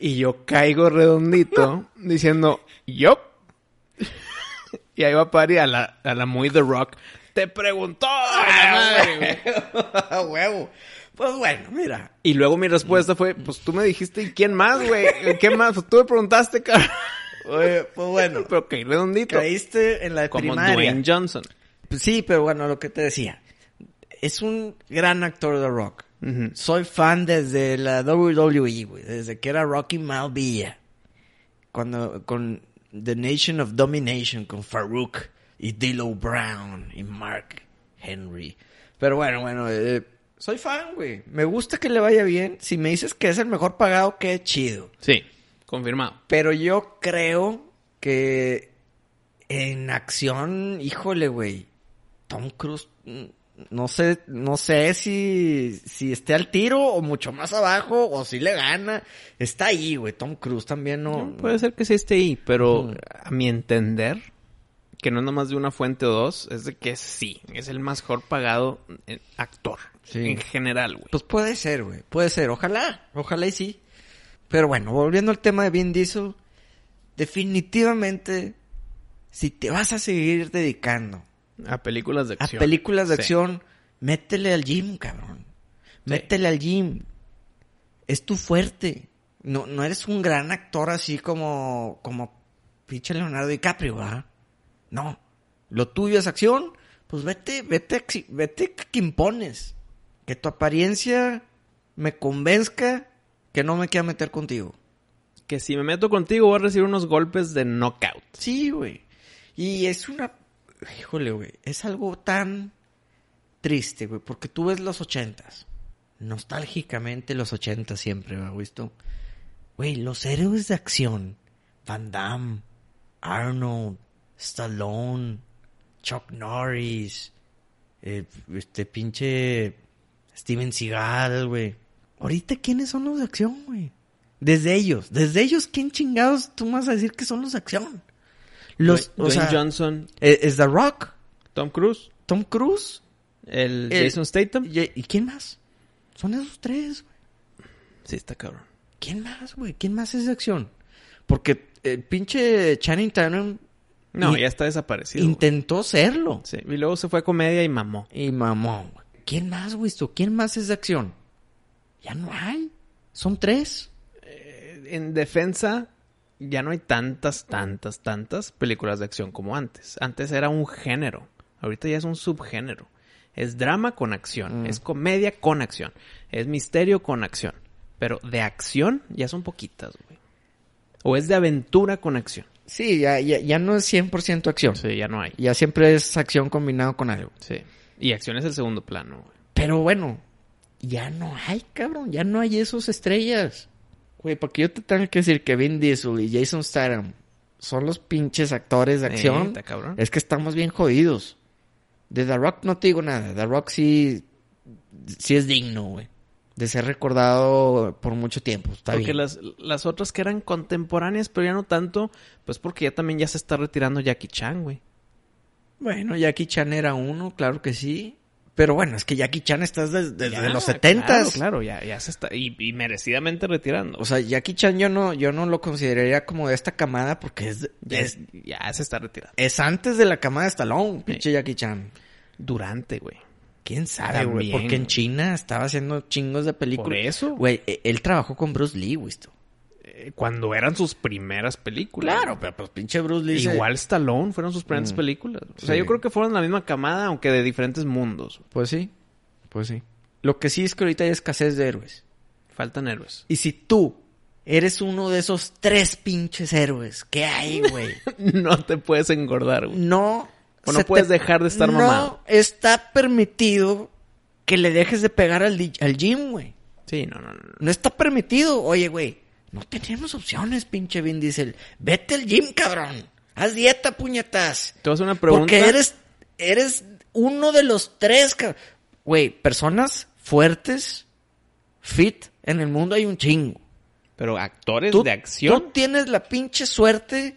[SPEAKER 4] y yo caigo redondito diciendo, yo. y ahí va Pari a la, a la muy The Rock. Te preguntó. la madre, güey".
[SPEAKER 3] A huevo. Pues bueno, mira.
[SPEAKER 4] Y luego mi respuesta fue, pues tú me dijiste, ¿y quién más, güey? ¿Qué más? Pues tú me preguntaste, cabrón.
[SPEAKER 3] Oye, pues bueno.
[SPEAKER 4] Pero caí redondito.
[SPEAKER 3] Caíste en la de
[SPEAKER 4] Como
[SPEAKER 3] primaria.
[SPEAKER 4] Dwayne Johnson.
[SPEAKER 3] Pues sí, pero bueno, lo que te decía. Es un gran actor de rock.
[SPEAKER 4] Ujú.
[SPEAKER 3] Soy fan desde la WWE, güey. Desde que era Rocky Malvilla. Cuando, con The Nation of Domination, con Farouk y D'Lo Brown y Mark Henry. Pero bueno, bueno, eh, soy fan, güey. Me gusta que le vaya bien. Si me dices que es el mejor pagado, qué chido.
[SPEAKER 4] Sí, confirmado.
[SPEAKER 3] Pero yo creo que en acción, híjole, güey. Tom Cruise, mm, no sé, no sé si, si esté al tiro o mucho más abajo o si le gana. Está ahí, güey. Tom Cruise también no.
[SPEAKER 4] Puede ser que sí esté ahí, pero
[SPEAKER 3] Mm.
[SPEAKER 4] a mi entender, que no es nomás de una fuente o dos, es de que sí, es el más mejor pagado eh, actor.
[SPEAKER 3] Sí.
[SPEAKER 4] En general, güey.
[SPEAKER 3] Pues puede ser, güey. Puede ser. Ojalá. Ojalá y sí. Pero bueno, volviendo al tema de Vin Diesel. Definitivamente, si te vas a seguir dedicando
[SPEAKER 4] A películas de
[SPEAKER 3] a
[SPEAKER 4] acción.
[SPEAKER 3] películas de
[SPEAKER 4] Sí.
[SPEAKER 3] acción, métele al gym, cabrón. Métele al gym. Es tu fuerte. No, no eres un gran actor así como, como pinche Leonardo DiCaprio, ¿verdad? No. Lo tuyo es acción, pues vete, vete, a exhi- vete que impones. Que tu apariencia me convenzca que no me quiera meter contigo.
[SPEAKER 4] Que si me meto contigo voy a recibir unos golpes de knockout.
[SPEAKER 3] Sí, güey. Y es una... Híjole, güey. Es algo tan triste, güey. Porque tú ves los ochentas. Nostálgicamente los ochentas siempre, ¿me visto? Güey, los héroes de acción. Van Damme, Arnold, Stallone, Chuck Norris, eh, este pinche Steven Seagal, güey. Ahorita, ¿quiénes son los de acción, güey? Desde ellos. Desde ellos, ¿quién chingados tú vas a decir que son los de acción? Los,
[SPEAKER 4] Dwayne
[SPEAKER 3] o sea,
[SPEAKER 4] Johnson,
[SPEAKER 3] eh, es The Rock,
[SPEAKER 4] Tom Cruise,
[SPEAKER 3] Tom Cruise,
[SPEAKER 4] el,
[SPEAKER 3] El-
[SPEAKER 4] Jason Statham.
[SPEAKER 3] y, ¿y quién más? Son esos tres, güey.
[SPEAKER 4] Sí, está cabrón.
[SPEAKER 3] ¿Quién más, güey? ¿Quién más es de acción? Porque el pinche Channing Tatum
[SPEAKER 4] No,
[SPEAKER 3] in-
[SPEAKER 4] ya está desaparecido. güey.
[SPEAKER 3] intentó serlo.
[SPEAKER 4] Sí, Y luego se fue a comedia y mamó.
[SPEAKER 3] Y mamón, güey. ¿quién más, güey? esto? ¿Quién más es de acción? Ya no hay. Son tres.
[SPEAKER 4] en defensa, ya no hay tantas, tantas, tantas películas de acción como antes. Antes era un género. Ahorita ya es un subgénero. Es drama con acción. Es comedia con acción. Es misterio con acción. Pero de acción ya son poquitas, güey. O es de aventura con acción.
[SPEAKER 3] Sí, ya, ya, ya no es 100% acción.
[SPEAKER 4] Sí, ya no hay.
[SPEAKER 3] Ya siempre es acción combinado con algo.
[SPEAKER 4] Sí. Y acción es el segundo plano, güey.
[SPEAKER 3] Pero bueno, ya no hay, cabrón. Ya no hay esos estrellas. Güey, para que yo te tenga que decir que Vin Diesel y Jason Statham son los pinches actores de
[SPEAKER 4] Eh,
[SPEAKER 3] acción,
[SPEAKER 4] está cabrón.
[SPEAKER 3] es que estamos bien jodidos. De The Rock no te digo nada. The Rock sí, sí es digno, güey. De ser recordado por mucho tiempo. Está
[SPEAKER 4] porque
[SPEAKER 3] bien.
[SPEAKER 4] las, las otras que eran contemporáneas, pero ya no tanto, pues porque ya también ya se está retirando Jackie Chan, güey.
[SPEAKER 3] Bueno, Jackie Chan era uno, claro que sí. Pero bueno, es que Jackie Chan estás desde,
[SPEAKER 4] Ya,
[SPEAKER 3] los 70
[SPEAKER 4] Claro, claro, ya, ya se está. Y, y merecidamente retirando.
[SPEAKER 3] O sea, Jackie Chan yo no, yo no lo consideraría como de esta camada porque es,
[SPEAKER 4] ya,
[SPEAKER 3] es,
[SPEAKER 4] es- ya se está retirando.
[SPEAKER 3] es antes de la camada de Stallone, pinche Jackie Chan.
[SPEAKER 4] Durante, güey.
[SPEAKER 3] ¿Quién sabe, güey?
[SPEAKER 4] También,
[SPEAKER 3] Porque en
[SPEAKER 4] güey.
[SPEAKER 3] China estaba haciendo chingos de películas.
[SPEAKER 4] Por eso.
[SPEAKER 3] Güey, e- él trabajó con Bruce Lee, güey. esto.
[SPEAKER 4] Eh, Cuando eran sus primeras películas.
[SPEAKER 3] Claro, pero pues pinche Bruce Lee. se-
[SPEAKER 4] Igual Stallone fueron sus primeras películas. O sea,
[SPEAKER 3] Sí.
[SPEAKER 4] yo creo que fueron la misma camada, aunque de diferentes mundos.
[SPEAKER 3] Pues sí, pues sí. Lo que sí es que ahorita hay escasez de héroes.
[SPEAKER 4] Faltan héroes.
[SPEAKER 3] Y si tú Eres uno de esos tres pinches héroes que hay, güey.
[SPEAKER 4] no te puedes engordar, güey.
[SPEAKER 3] No.
[SPEAKER 4] O no
[SPEAKER 3] se
[SPEAKER 4] puedes dejar de estar
[SPEAKER 3] no
[SPEAKER 4] mamado.
[SPEAKER 3] está permitido que le dejes de pegar al, di- al gym, güey.
[SPEAKER 4] Sí, no, no, no.
[SPEAKER 3] No está permitido. Oye, güey, no tenemos opciones, pinche Vin Diesel. Vete al gym, cabrón. Haz dieta, puñetas.
[SPEAKER 4] Te voy a hacer una pregunta.
[SPEAKER 3] Porque eres, eres uno de los tres, cabrón. Güey, personas fuertes, fit, en el mundo hay un chingo.
[SPEAKER 4] Pero actores
[SPEAKER 3] Tú-
[SPEAKER 4] de acción.
[SPEAKER 3] Tú tienes la pinche suerte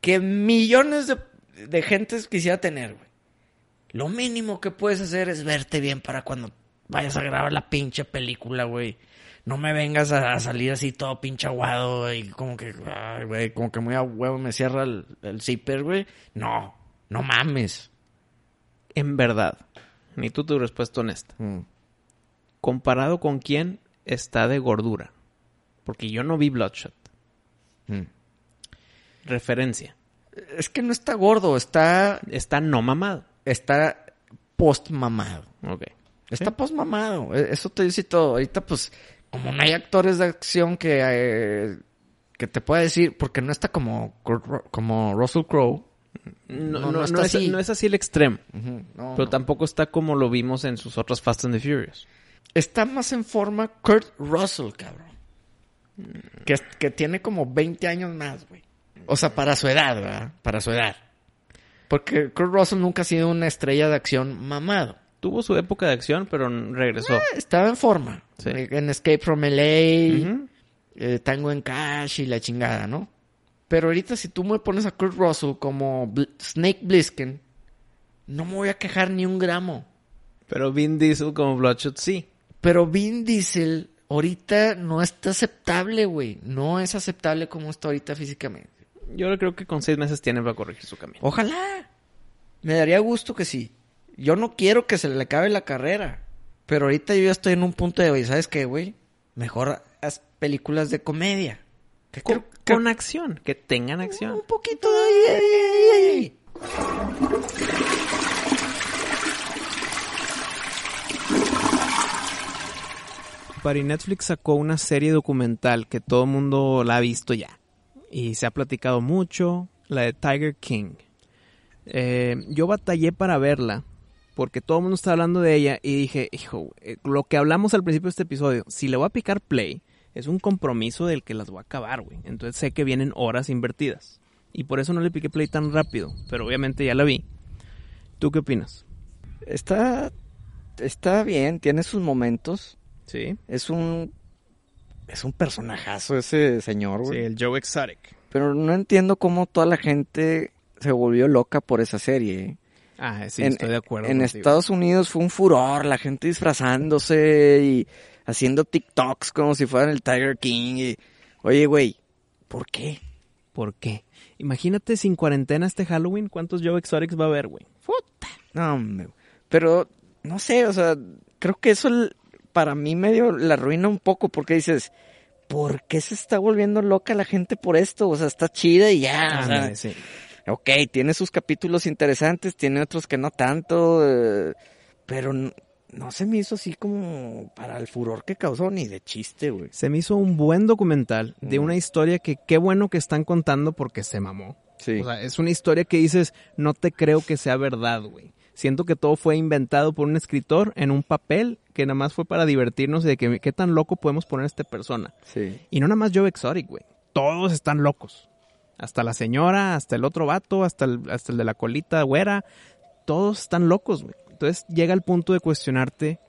[SPEAKER 3] que millones de, de gentes quisiera tener, güey. Lo mínimo que puedes hacer es verte bien para cuando vayas a grabar la pinche película, güey. No me vengas a, a salir así todo pinche aguado y como que, ay, güey, como que muy a huevo me cierra el, el zipper, güey. No, no mames.
[SPEAKER 4] En verdad. Ni tú tu respuesta honesta.
[SPEAKER 3] Mm.
[SPEAKER 4] ¿Comparado con quién está de gordura? Porque yo no vi Bloodshot.
[SPEAKER 3] Mm.
[SPEAKER 4] Referencia.
[SPEAKER 3] Es que no está gordo, está,
[SPEAKER 4] Está no mamado.
[SPEAKER 3] está post mamado.
[SPEAKER 4] Ok.
[SPEAKER 3] Está posmamado. E- Eso te dice todo. Ahorita, pues, como no hay actores de acción que, eh, que te pueda decir, porque no está como, Cur- como Russell Crowe.
[SPEAKER 4] No,
[SPEAKER 3] No,
[SPEAKER 4] no-
[SPEAKER 3] no está
[SPEAKER 4] no es,
[SPEAKER 3] así.
[SPEAKER 4] no es así el extremo.
[SPEAKER 3] No,
[SPEAKER 4] Pero
[SPEAKER 3] no.
[SPEAKER 4] tampoco está como lo vimos en sus otras Fast and the Furious.
[SPEAKER 3] Está más en forma Kurt Russell, cabrón.
[SPEAKER 4] Mm.
[SPEAKER 3] Que, es- que tiene como 20 años más, güey. O sea, para su edad, ¿verdad? Para su edad. Porque Kurt Russell nunca ha sido una estrella de acción mamado.
[SPEAKER 4] Tuvo su época de acción, pero n- regresó.
[SPEAKER 3] Estaba en forma.
[SPEAKER 4] Sí.
[SPEAKER 3] En Escape from LA.
[SPEAKER 4] Ujú.
[SPEAKER 3] eh, Tango en Cash y la chingada, ¿no? Pero ahorita si tú me pones a Kurt Russell como Bl- Snake Blisken, no me voy a quejar ni un gramo.
[SPEAKER 4] Pero Vin Diesel como Bloodshot sí.
[SPEAKER 3] Pero Vin Diesel ahorita no está aceptable, güey. No es aceptable como está ahorita físicamente.
[SPEAKER 4] Yo creo que con seis meses tiene para corregir su camino.
[SPEAKER 3] Ojalá. Me daría gusto que sí. Yo no quiero que se le acabe la carrera. Pero ahorita yo ya estoy en un punto de, güey, ¿sabes qué, güey? Mejor haz películas de comedia. Que
[SPEAKER 4] con,
[SPEAKER 3] creo- creo-
[SPEAKER 4] con acción, que tengan acción.
[SPEAKER 3] Un poquito de ahí, ahí, ahí, ahí.
[SPEAKER 4] Pari Netflix sacó una serie documental que todo el mundo la ha visto ya. Y se ha platicado mucho, la de Tiger King. Eh, yo batallé para verla, porque todo el mundo está hablando de ella y dije, hijo, eh, lo que hablamos al principio de este episodio, si le voy a picar play, es un compromiso del que las voy a acabar, güey. Entonces sé que vienen horas invertidas. Y por eso no le piqué play tan rápido, pero obviamente ya la vi. ¿Tú qué opinas?
[SPEAKER 6] Está, está bien, tiene sus momentos.
[SPEAKER 4] Sí.
[SPEAKER 6] Es un, es un personajazo ese señor, güey.
[SPEAKER 4] el Joe Exotic.
[SPEAKER 6] Pero no entiendo cómo toda la gente se volvió loca por esa serie. ¿eh?
[SPEAKER 4] Ah, sí,
[SPEAKER 6] en,
[SPEAKER 4] estoy de acuerdo.
[SPEAKER 6] En
[SPEAKER 4] contigo.
[SPEAKER 6] Estados Unidos fue un furor, la gente disfrazándose y haciendo TikToks como si fueran el Tiger King. y- Oye, güey, ¿por qué?
[SPEAKER 4] ¿Por qué? Imagínate sin cuarentena este Halloween, ¿cuántos Joe Exotics va a haber, güey?
[SPEAKER 6] No, hombre, pero no sé, o sea, creo que eso l- para mí medio la arruina un poco porque dices, ¿por qué se está volviendo loca la gente por esto? O sea, está chida y ya. Ah, o sea,
[SPEAKER 4] Ándale, Ah, sí.
[SPEAKER 6] ok, tiene sus capítulos interesantes, tiene otros que no tanto, eh, pero n- no se me hizo así como para el furor que causó ni de chiste, güey.
[SPEAKER 4] Se me hizo un buen documental de
[SPEAKER 6] Mm.
[SPEAKER 4] una historia que qué bueno que están contando porque se mamó.
[SPEAKER 6] Sí.
[SPEAKER 4] O sea, es una historia que dices, no te creo que sea verdad, güey. Siento que todo fue inventado por un escritor en un papel que nada más fue para divertirnos y de que qué tan loco podemos poner a esta persona.
[SPEAKER 6] sí.
[SPEAKER 4] Y no nada más Joe Exotic, güey. Todos están locos. Hasta la señora, hasta el otro vato, hasta el, hasta el de la colita güera. Todos están locos, güey. Entonces llega el punto de cuestionarte,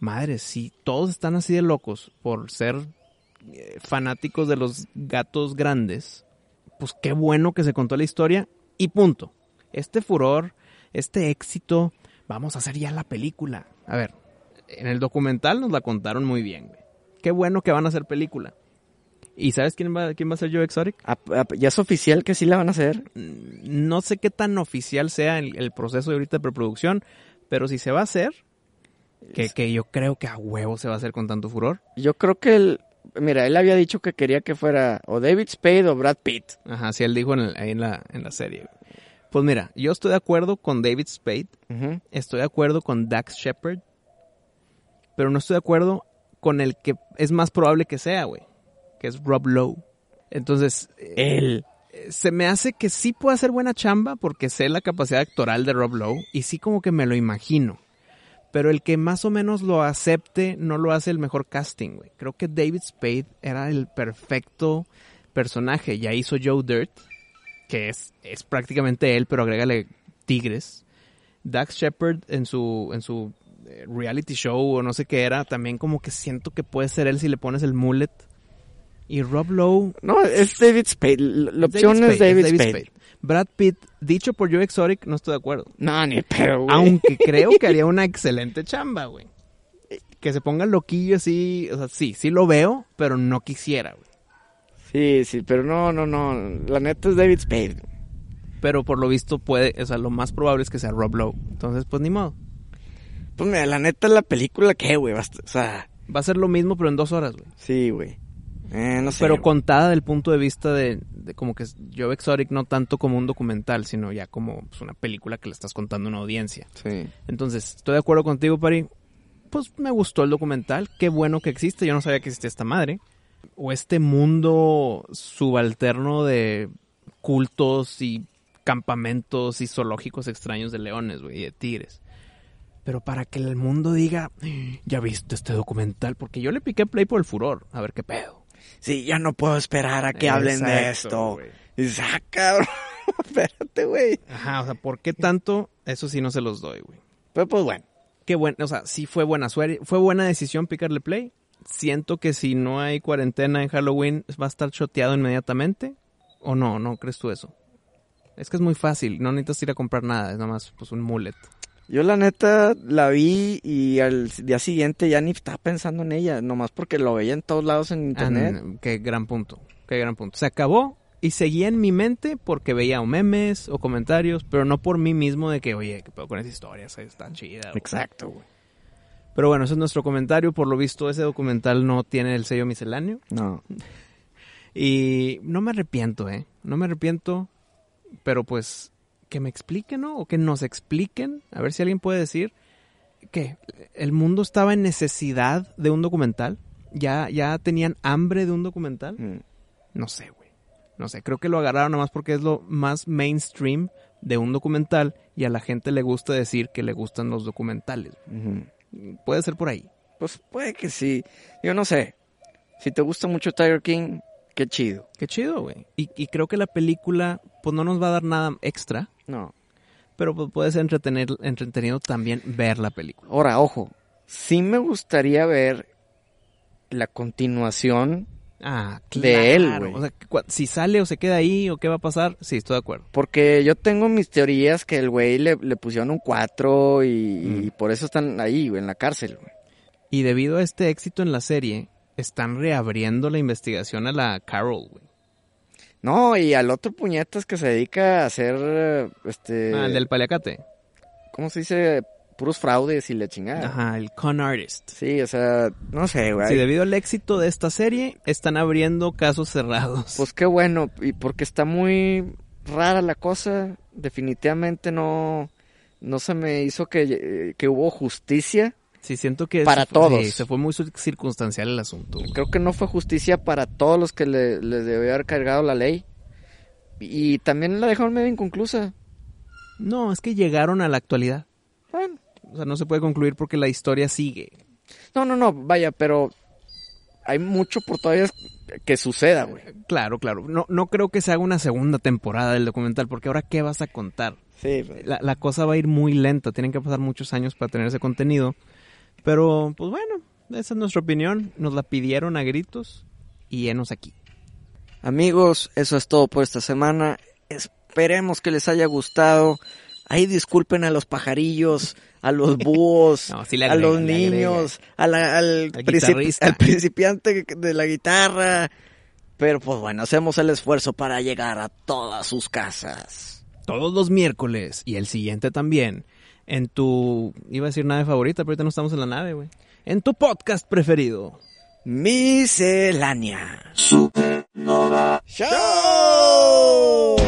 [SPEAKER 4] madre, si todos están así de locos por ser eh, fanáticos de los gatos grandes, pues qué bueno que se contó la historia y punto. Este furor, este éxito, vamos a hacer ya la película. A ver, en el documental nos la contaron muy bien, güey. Qué bueno que van a hacer película. ¿Y sabes quién va, quién va a ser Joe Exotic?
[SPEAKER 6] Ap- ap- ya es oficial que sí la van a hacer.
[SPEAKER 4] Mm, No sé qué tan oficial sea el, el proceso de ahorita de preproducción, pero si se va a hacer, que, que yo creo que a huevo se va a hacer con tanto furor.
[SPEAKER 6] Yo creo que el, mira, él había dicho que quería que fuera o David Spade o Brad Pitt.
[SPEAKER 4] Ajá, sí, él dijo en, el- ahí en la, en la serie. Pues mira, yo estoy de acuerdo con David Spade, estoy de acuerdo con Dax Shepard, pero no estoy de acuerdo con el que es más probable que sea, güey. que es Rob Lowe. Entonces, él eh, se me hace que sí puede hacer buena chamba porque sé la capacidad actoral de Rob Lowe y sí como que me lo imagino. Pero el que más o menos lo acepte no lo hace el mejor casting, güey. Creo que David Spade era el perfecto personaje. Ya hizo Joe Dirt, que es, es prácticamente él, pero agrégale tigres. Dax Shepard en su, en su eh, reality show o no sé qué era, también como que siento que puede ser él si le pones el mullet. Y Rob Lowe
[SPEAKER 3] No, es David Spade. La la
[SPEAKER 4] David
[SPEAKER 3] opción es
[SPEAKER 4] Spade,
[SPEAKER 3] David,
[SPEAKER 4] David
[SPEAKER 3] Spade.
[SPEAKER 4] Spade. Brad Pitt, dicho por Joe Exotic, no estoy de acuerdo.
[SPEAKER 3] No, ni pero, güey.
[SPEAKER 4] Aunque creo que haría una excelente chamba, güey. Que se ponga loquillo así, o sea, sí, sí lo veo, pero no quisiera, güey.
[SPEAKER 3] Sí, sí, pero no, no, no. La neta es David Spade.
[SPEAKER 4] Pero por lo visto puede, o sea, lo más probable es que sea Rob Lowe. Entonces, pues ni modo.
[SPEAKER 3] Pues mira, la neta la película, ¿qué, güey? Basta- O sea,
[SPEAKER 4] Va a ser lo mismo, pero en dos horas, güey.
[SPEAKER 3] sí, güey. Eh, no sé.
[SPEAKER 4] pero
[SPEAKER 3] güey.
[SPEAKER 4] contada del punto de vista de, de como que Joe Exotic no tanto como un documental, sino ya como pues, una película que le estás contando a una audiencia.
[SPEAKER 3] Sí.
[SPEAKER 4] Entonces, estoy de acuerdo contigo, Pari. Pues me gustó el documental. Qué bueno que existe. Yo no sabía que existía esta madre. O este mundo subalterno de cultos y campamentos y zoológicos extraños de leones, güey, y de tigres. Pero para que el mundo diga, ya viste este documental, porque yo le piqué play por el furor, a ver qué pedo.
[SPEAKER 3] Sí, ya no puedo esperar a que hablen de
[SPEAKER 4] Exacto,
[SPEAKER 3] esto.
[SPEAKER 4] güey.
[SPEAKER 3] Y dices, ah, cabrón. Espérate, güey.
[SPEAKER 4] Ajá, o sea, ¿por qué tanto? Eso sí no se los doy, güey.
[SPEAKER 3] Pero pues bueno.
[SPEAKER 4] Qué bueno, o sea, sí fue buena suerte, fue buena decisión picarle play. Siento que si no hay cuarentena en Halloween va a estar choteado inmediatamente. ¿O no? ¿No crees tú eso? Es que es muy fácil, no necesitas ir a comprar nada, es nada más pues un mullet.
[SPEAKER 3] Yo la neta la vi y al día siguiente ya ni estaba pensando en ella, nomás porque lo veía en todos lados en internet.
[SPEAKER 4] Ah, no, qué gran punto, qué gran punto. Se acabó y seguía en mi mente porque veía o memes o comentarios, pero no por mí mismo de que, oye, qué pedo con esa historia, está chida. o-
[SPEAKER 3] Exacto, güey.
[SPEAKER 4] Pero bueno, ese es nuestro comentario, por lo visto ese documental no tiene el sello misceláneo.
[SPEAKER 3] No.
[SPEAKER 4] Y no me arrepiento, ¿eh? No me arrepiento, pero pues que me expliquen, ¿no? O que nos expliquen, a ver si alguien puede decir que el mundo estaba en necesidad de un documental. Ya, ya tenían hambre de un documental.
[SPEAKER 3] Mm.
[SPEAKER 4] No sé, güey. No sé, creo que lo agarraron nomás porque es lo más mainstream de un documental y a la gente le gusta decir que le gustan los documentales.
[SPEAKER 3] Ujú.
[SPEAKER 4] Puede ser por ahí.
[SPEAKER 3] Pues puede que sí. Yo no sé. Si te gusta mucho Tiger King, qué chido.
[SPEAKER 4] Qué chido, güey. Y, y creo que la película pues no nos va a dar nada extra.
[SPEAKER 3] No.
[SPEAKER 4] pero pues, puede ser entretener, entretenido también ver la película.
[SPEAKER 3] Ahora, ojo. Sí me gustaría ver la continuación,
[SPEAKER 4] Ah,
[SPEAKER 3] De él, güey.
[SPEAKER 4] O sea, que cua- si sale o se queda ahí o qué va a pasar, sí, estoy de acuerdo.
[SPEAKER 3] porque yo tengo mis teorías que el güey le, le pusieron un 4 y,
[SPEAKER 4] Mm.
[SPEAKER 3] y por eso están ahí, güey, en la cárcel, güey.
[SPEAKER 4] Y debido a este éxito en la serie, están reabriendo la investigación a la Carol, güey.
[SPEAKER 3] No, y al otro puñetas que se dedica a hacer, eh, este...
[SPEAKER 4] Ah, el del paliacate.
[SPEAKER 3] ¿cómo se dice? Puros fraudes y la chingada.
[SPEAKER 4] Ajá, el con artist.
[SPEAKER 3] Sí, o sea, no sé, güey.
[SPEAKER 4] Sí, debido al éxito de esta serie, están abriendo casos cerrados.
[SPEAKER 3] Pues qué bueno, y porque está muy rara la cosa, definitivamente no no se me hizo que, eh, que hubo justicia.
[SPEAKER 4] sí, siento que...
[SPEAKER 3] para
[SPEAKER 4] se fue-
[SPEAKER 3] todos.
[SPEAKER 4] sí, se fue muy cir- circunstancial el asunto. güey.
[SPEAKER 3] Creo que no fue justicia para todos los que le- les debió haber cargado la ley. Y también la dejaron medio inconclusa.
[SPEAKER 4] No, es que llegaron a la actualidad.
[SPEAKER 3] Bueno,
[SPEAKER 4] O sea, no se puede concluir porque la historia sigue.
[SPEAKER 3] no, no, no, vaya, pero hay mucho por todavía que suceda, güey.
[SPEAKER 4] Claro, claro. No, no creo que se haga una segunda temporada del documental, porque ahora qué vas a contar.
[SPEAKER 3] Sí,
[SPEAKER 4] La, la cosa va a ir muy lenta, tienen que pasar muchos años para tener ese contenido. Pero, pues bueno, esa es nuestra opinión. Nos la pidieron a gritos y enos aquí.
[SPEAKER 3] Amigos, eso es todo por esta semana. Esperemos que les haya gustado. Ahí disculpen a los pajarillos, a los búhos,
[SPEAKER 4] No, sí le
[SPEAKER 3] a
[SPEAKER 4] agrega,
[SPEAKER 3] los
[SPEAKER 4] le agrega.
[SPEAKER 3] niños, a la- al,
[SPEAKER 4] Al
[SPEAKER 3] principi-
[SPEAKER 4] guitarrista.
[SPEAKER 3] al principiante de la guitarra. Pero pues bueno, hacemos el esfuerzo para llegar a todas sus casas.
[SPEAKER 4] Todos los miércoles y el siguiente también. En tu. iba a decir nave favorita, pero ahorita no estamos en la nave, güey. En tu podcast preferido.
[SPEAKER 3] Miscelánea. Supernova. Show.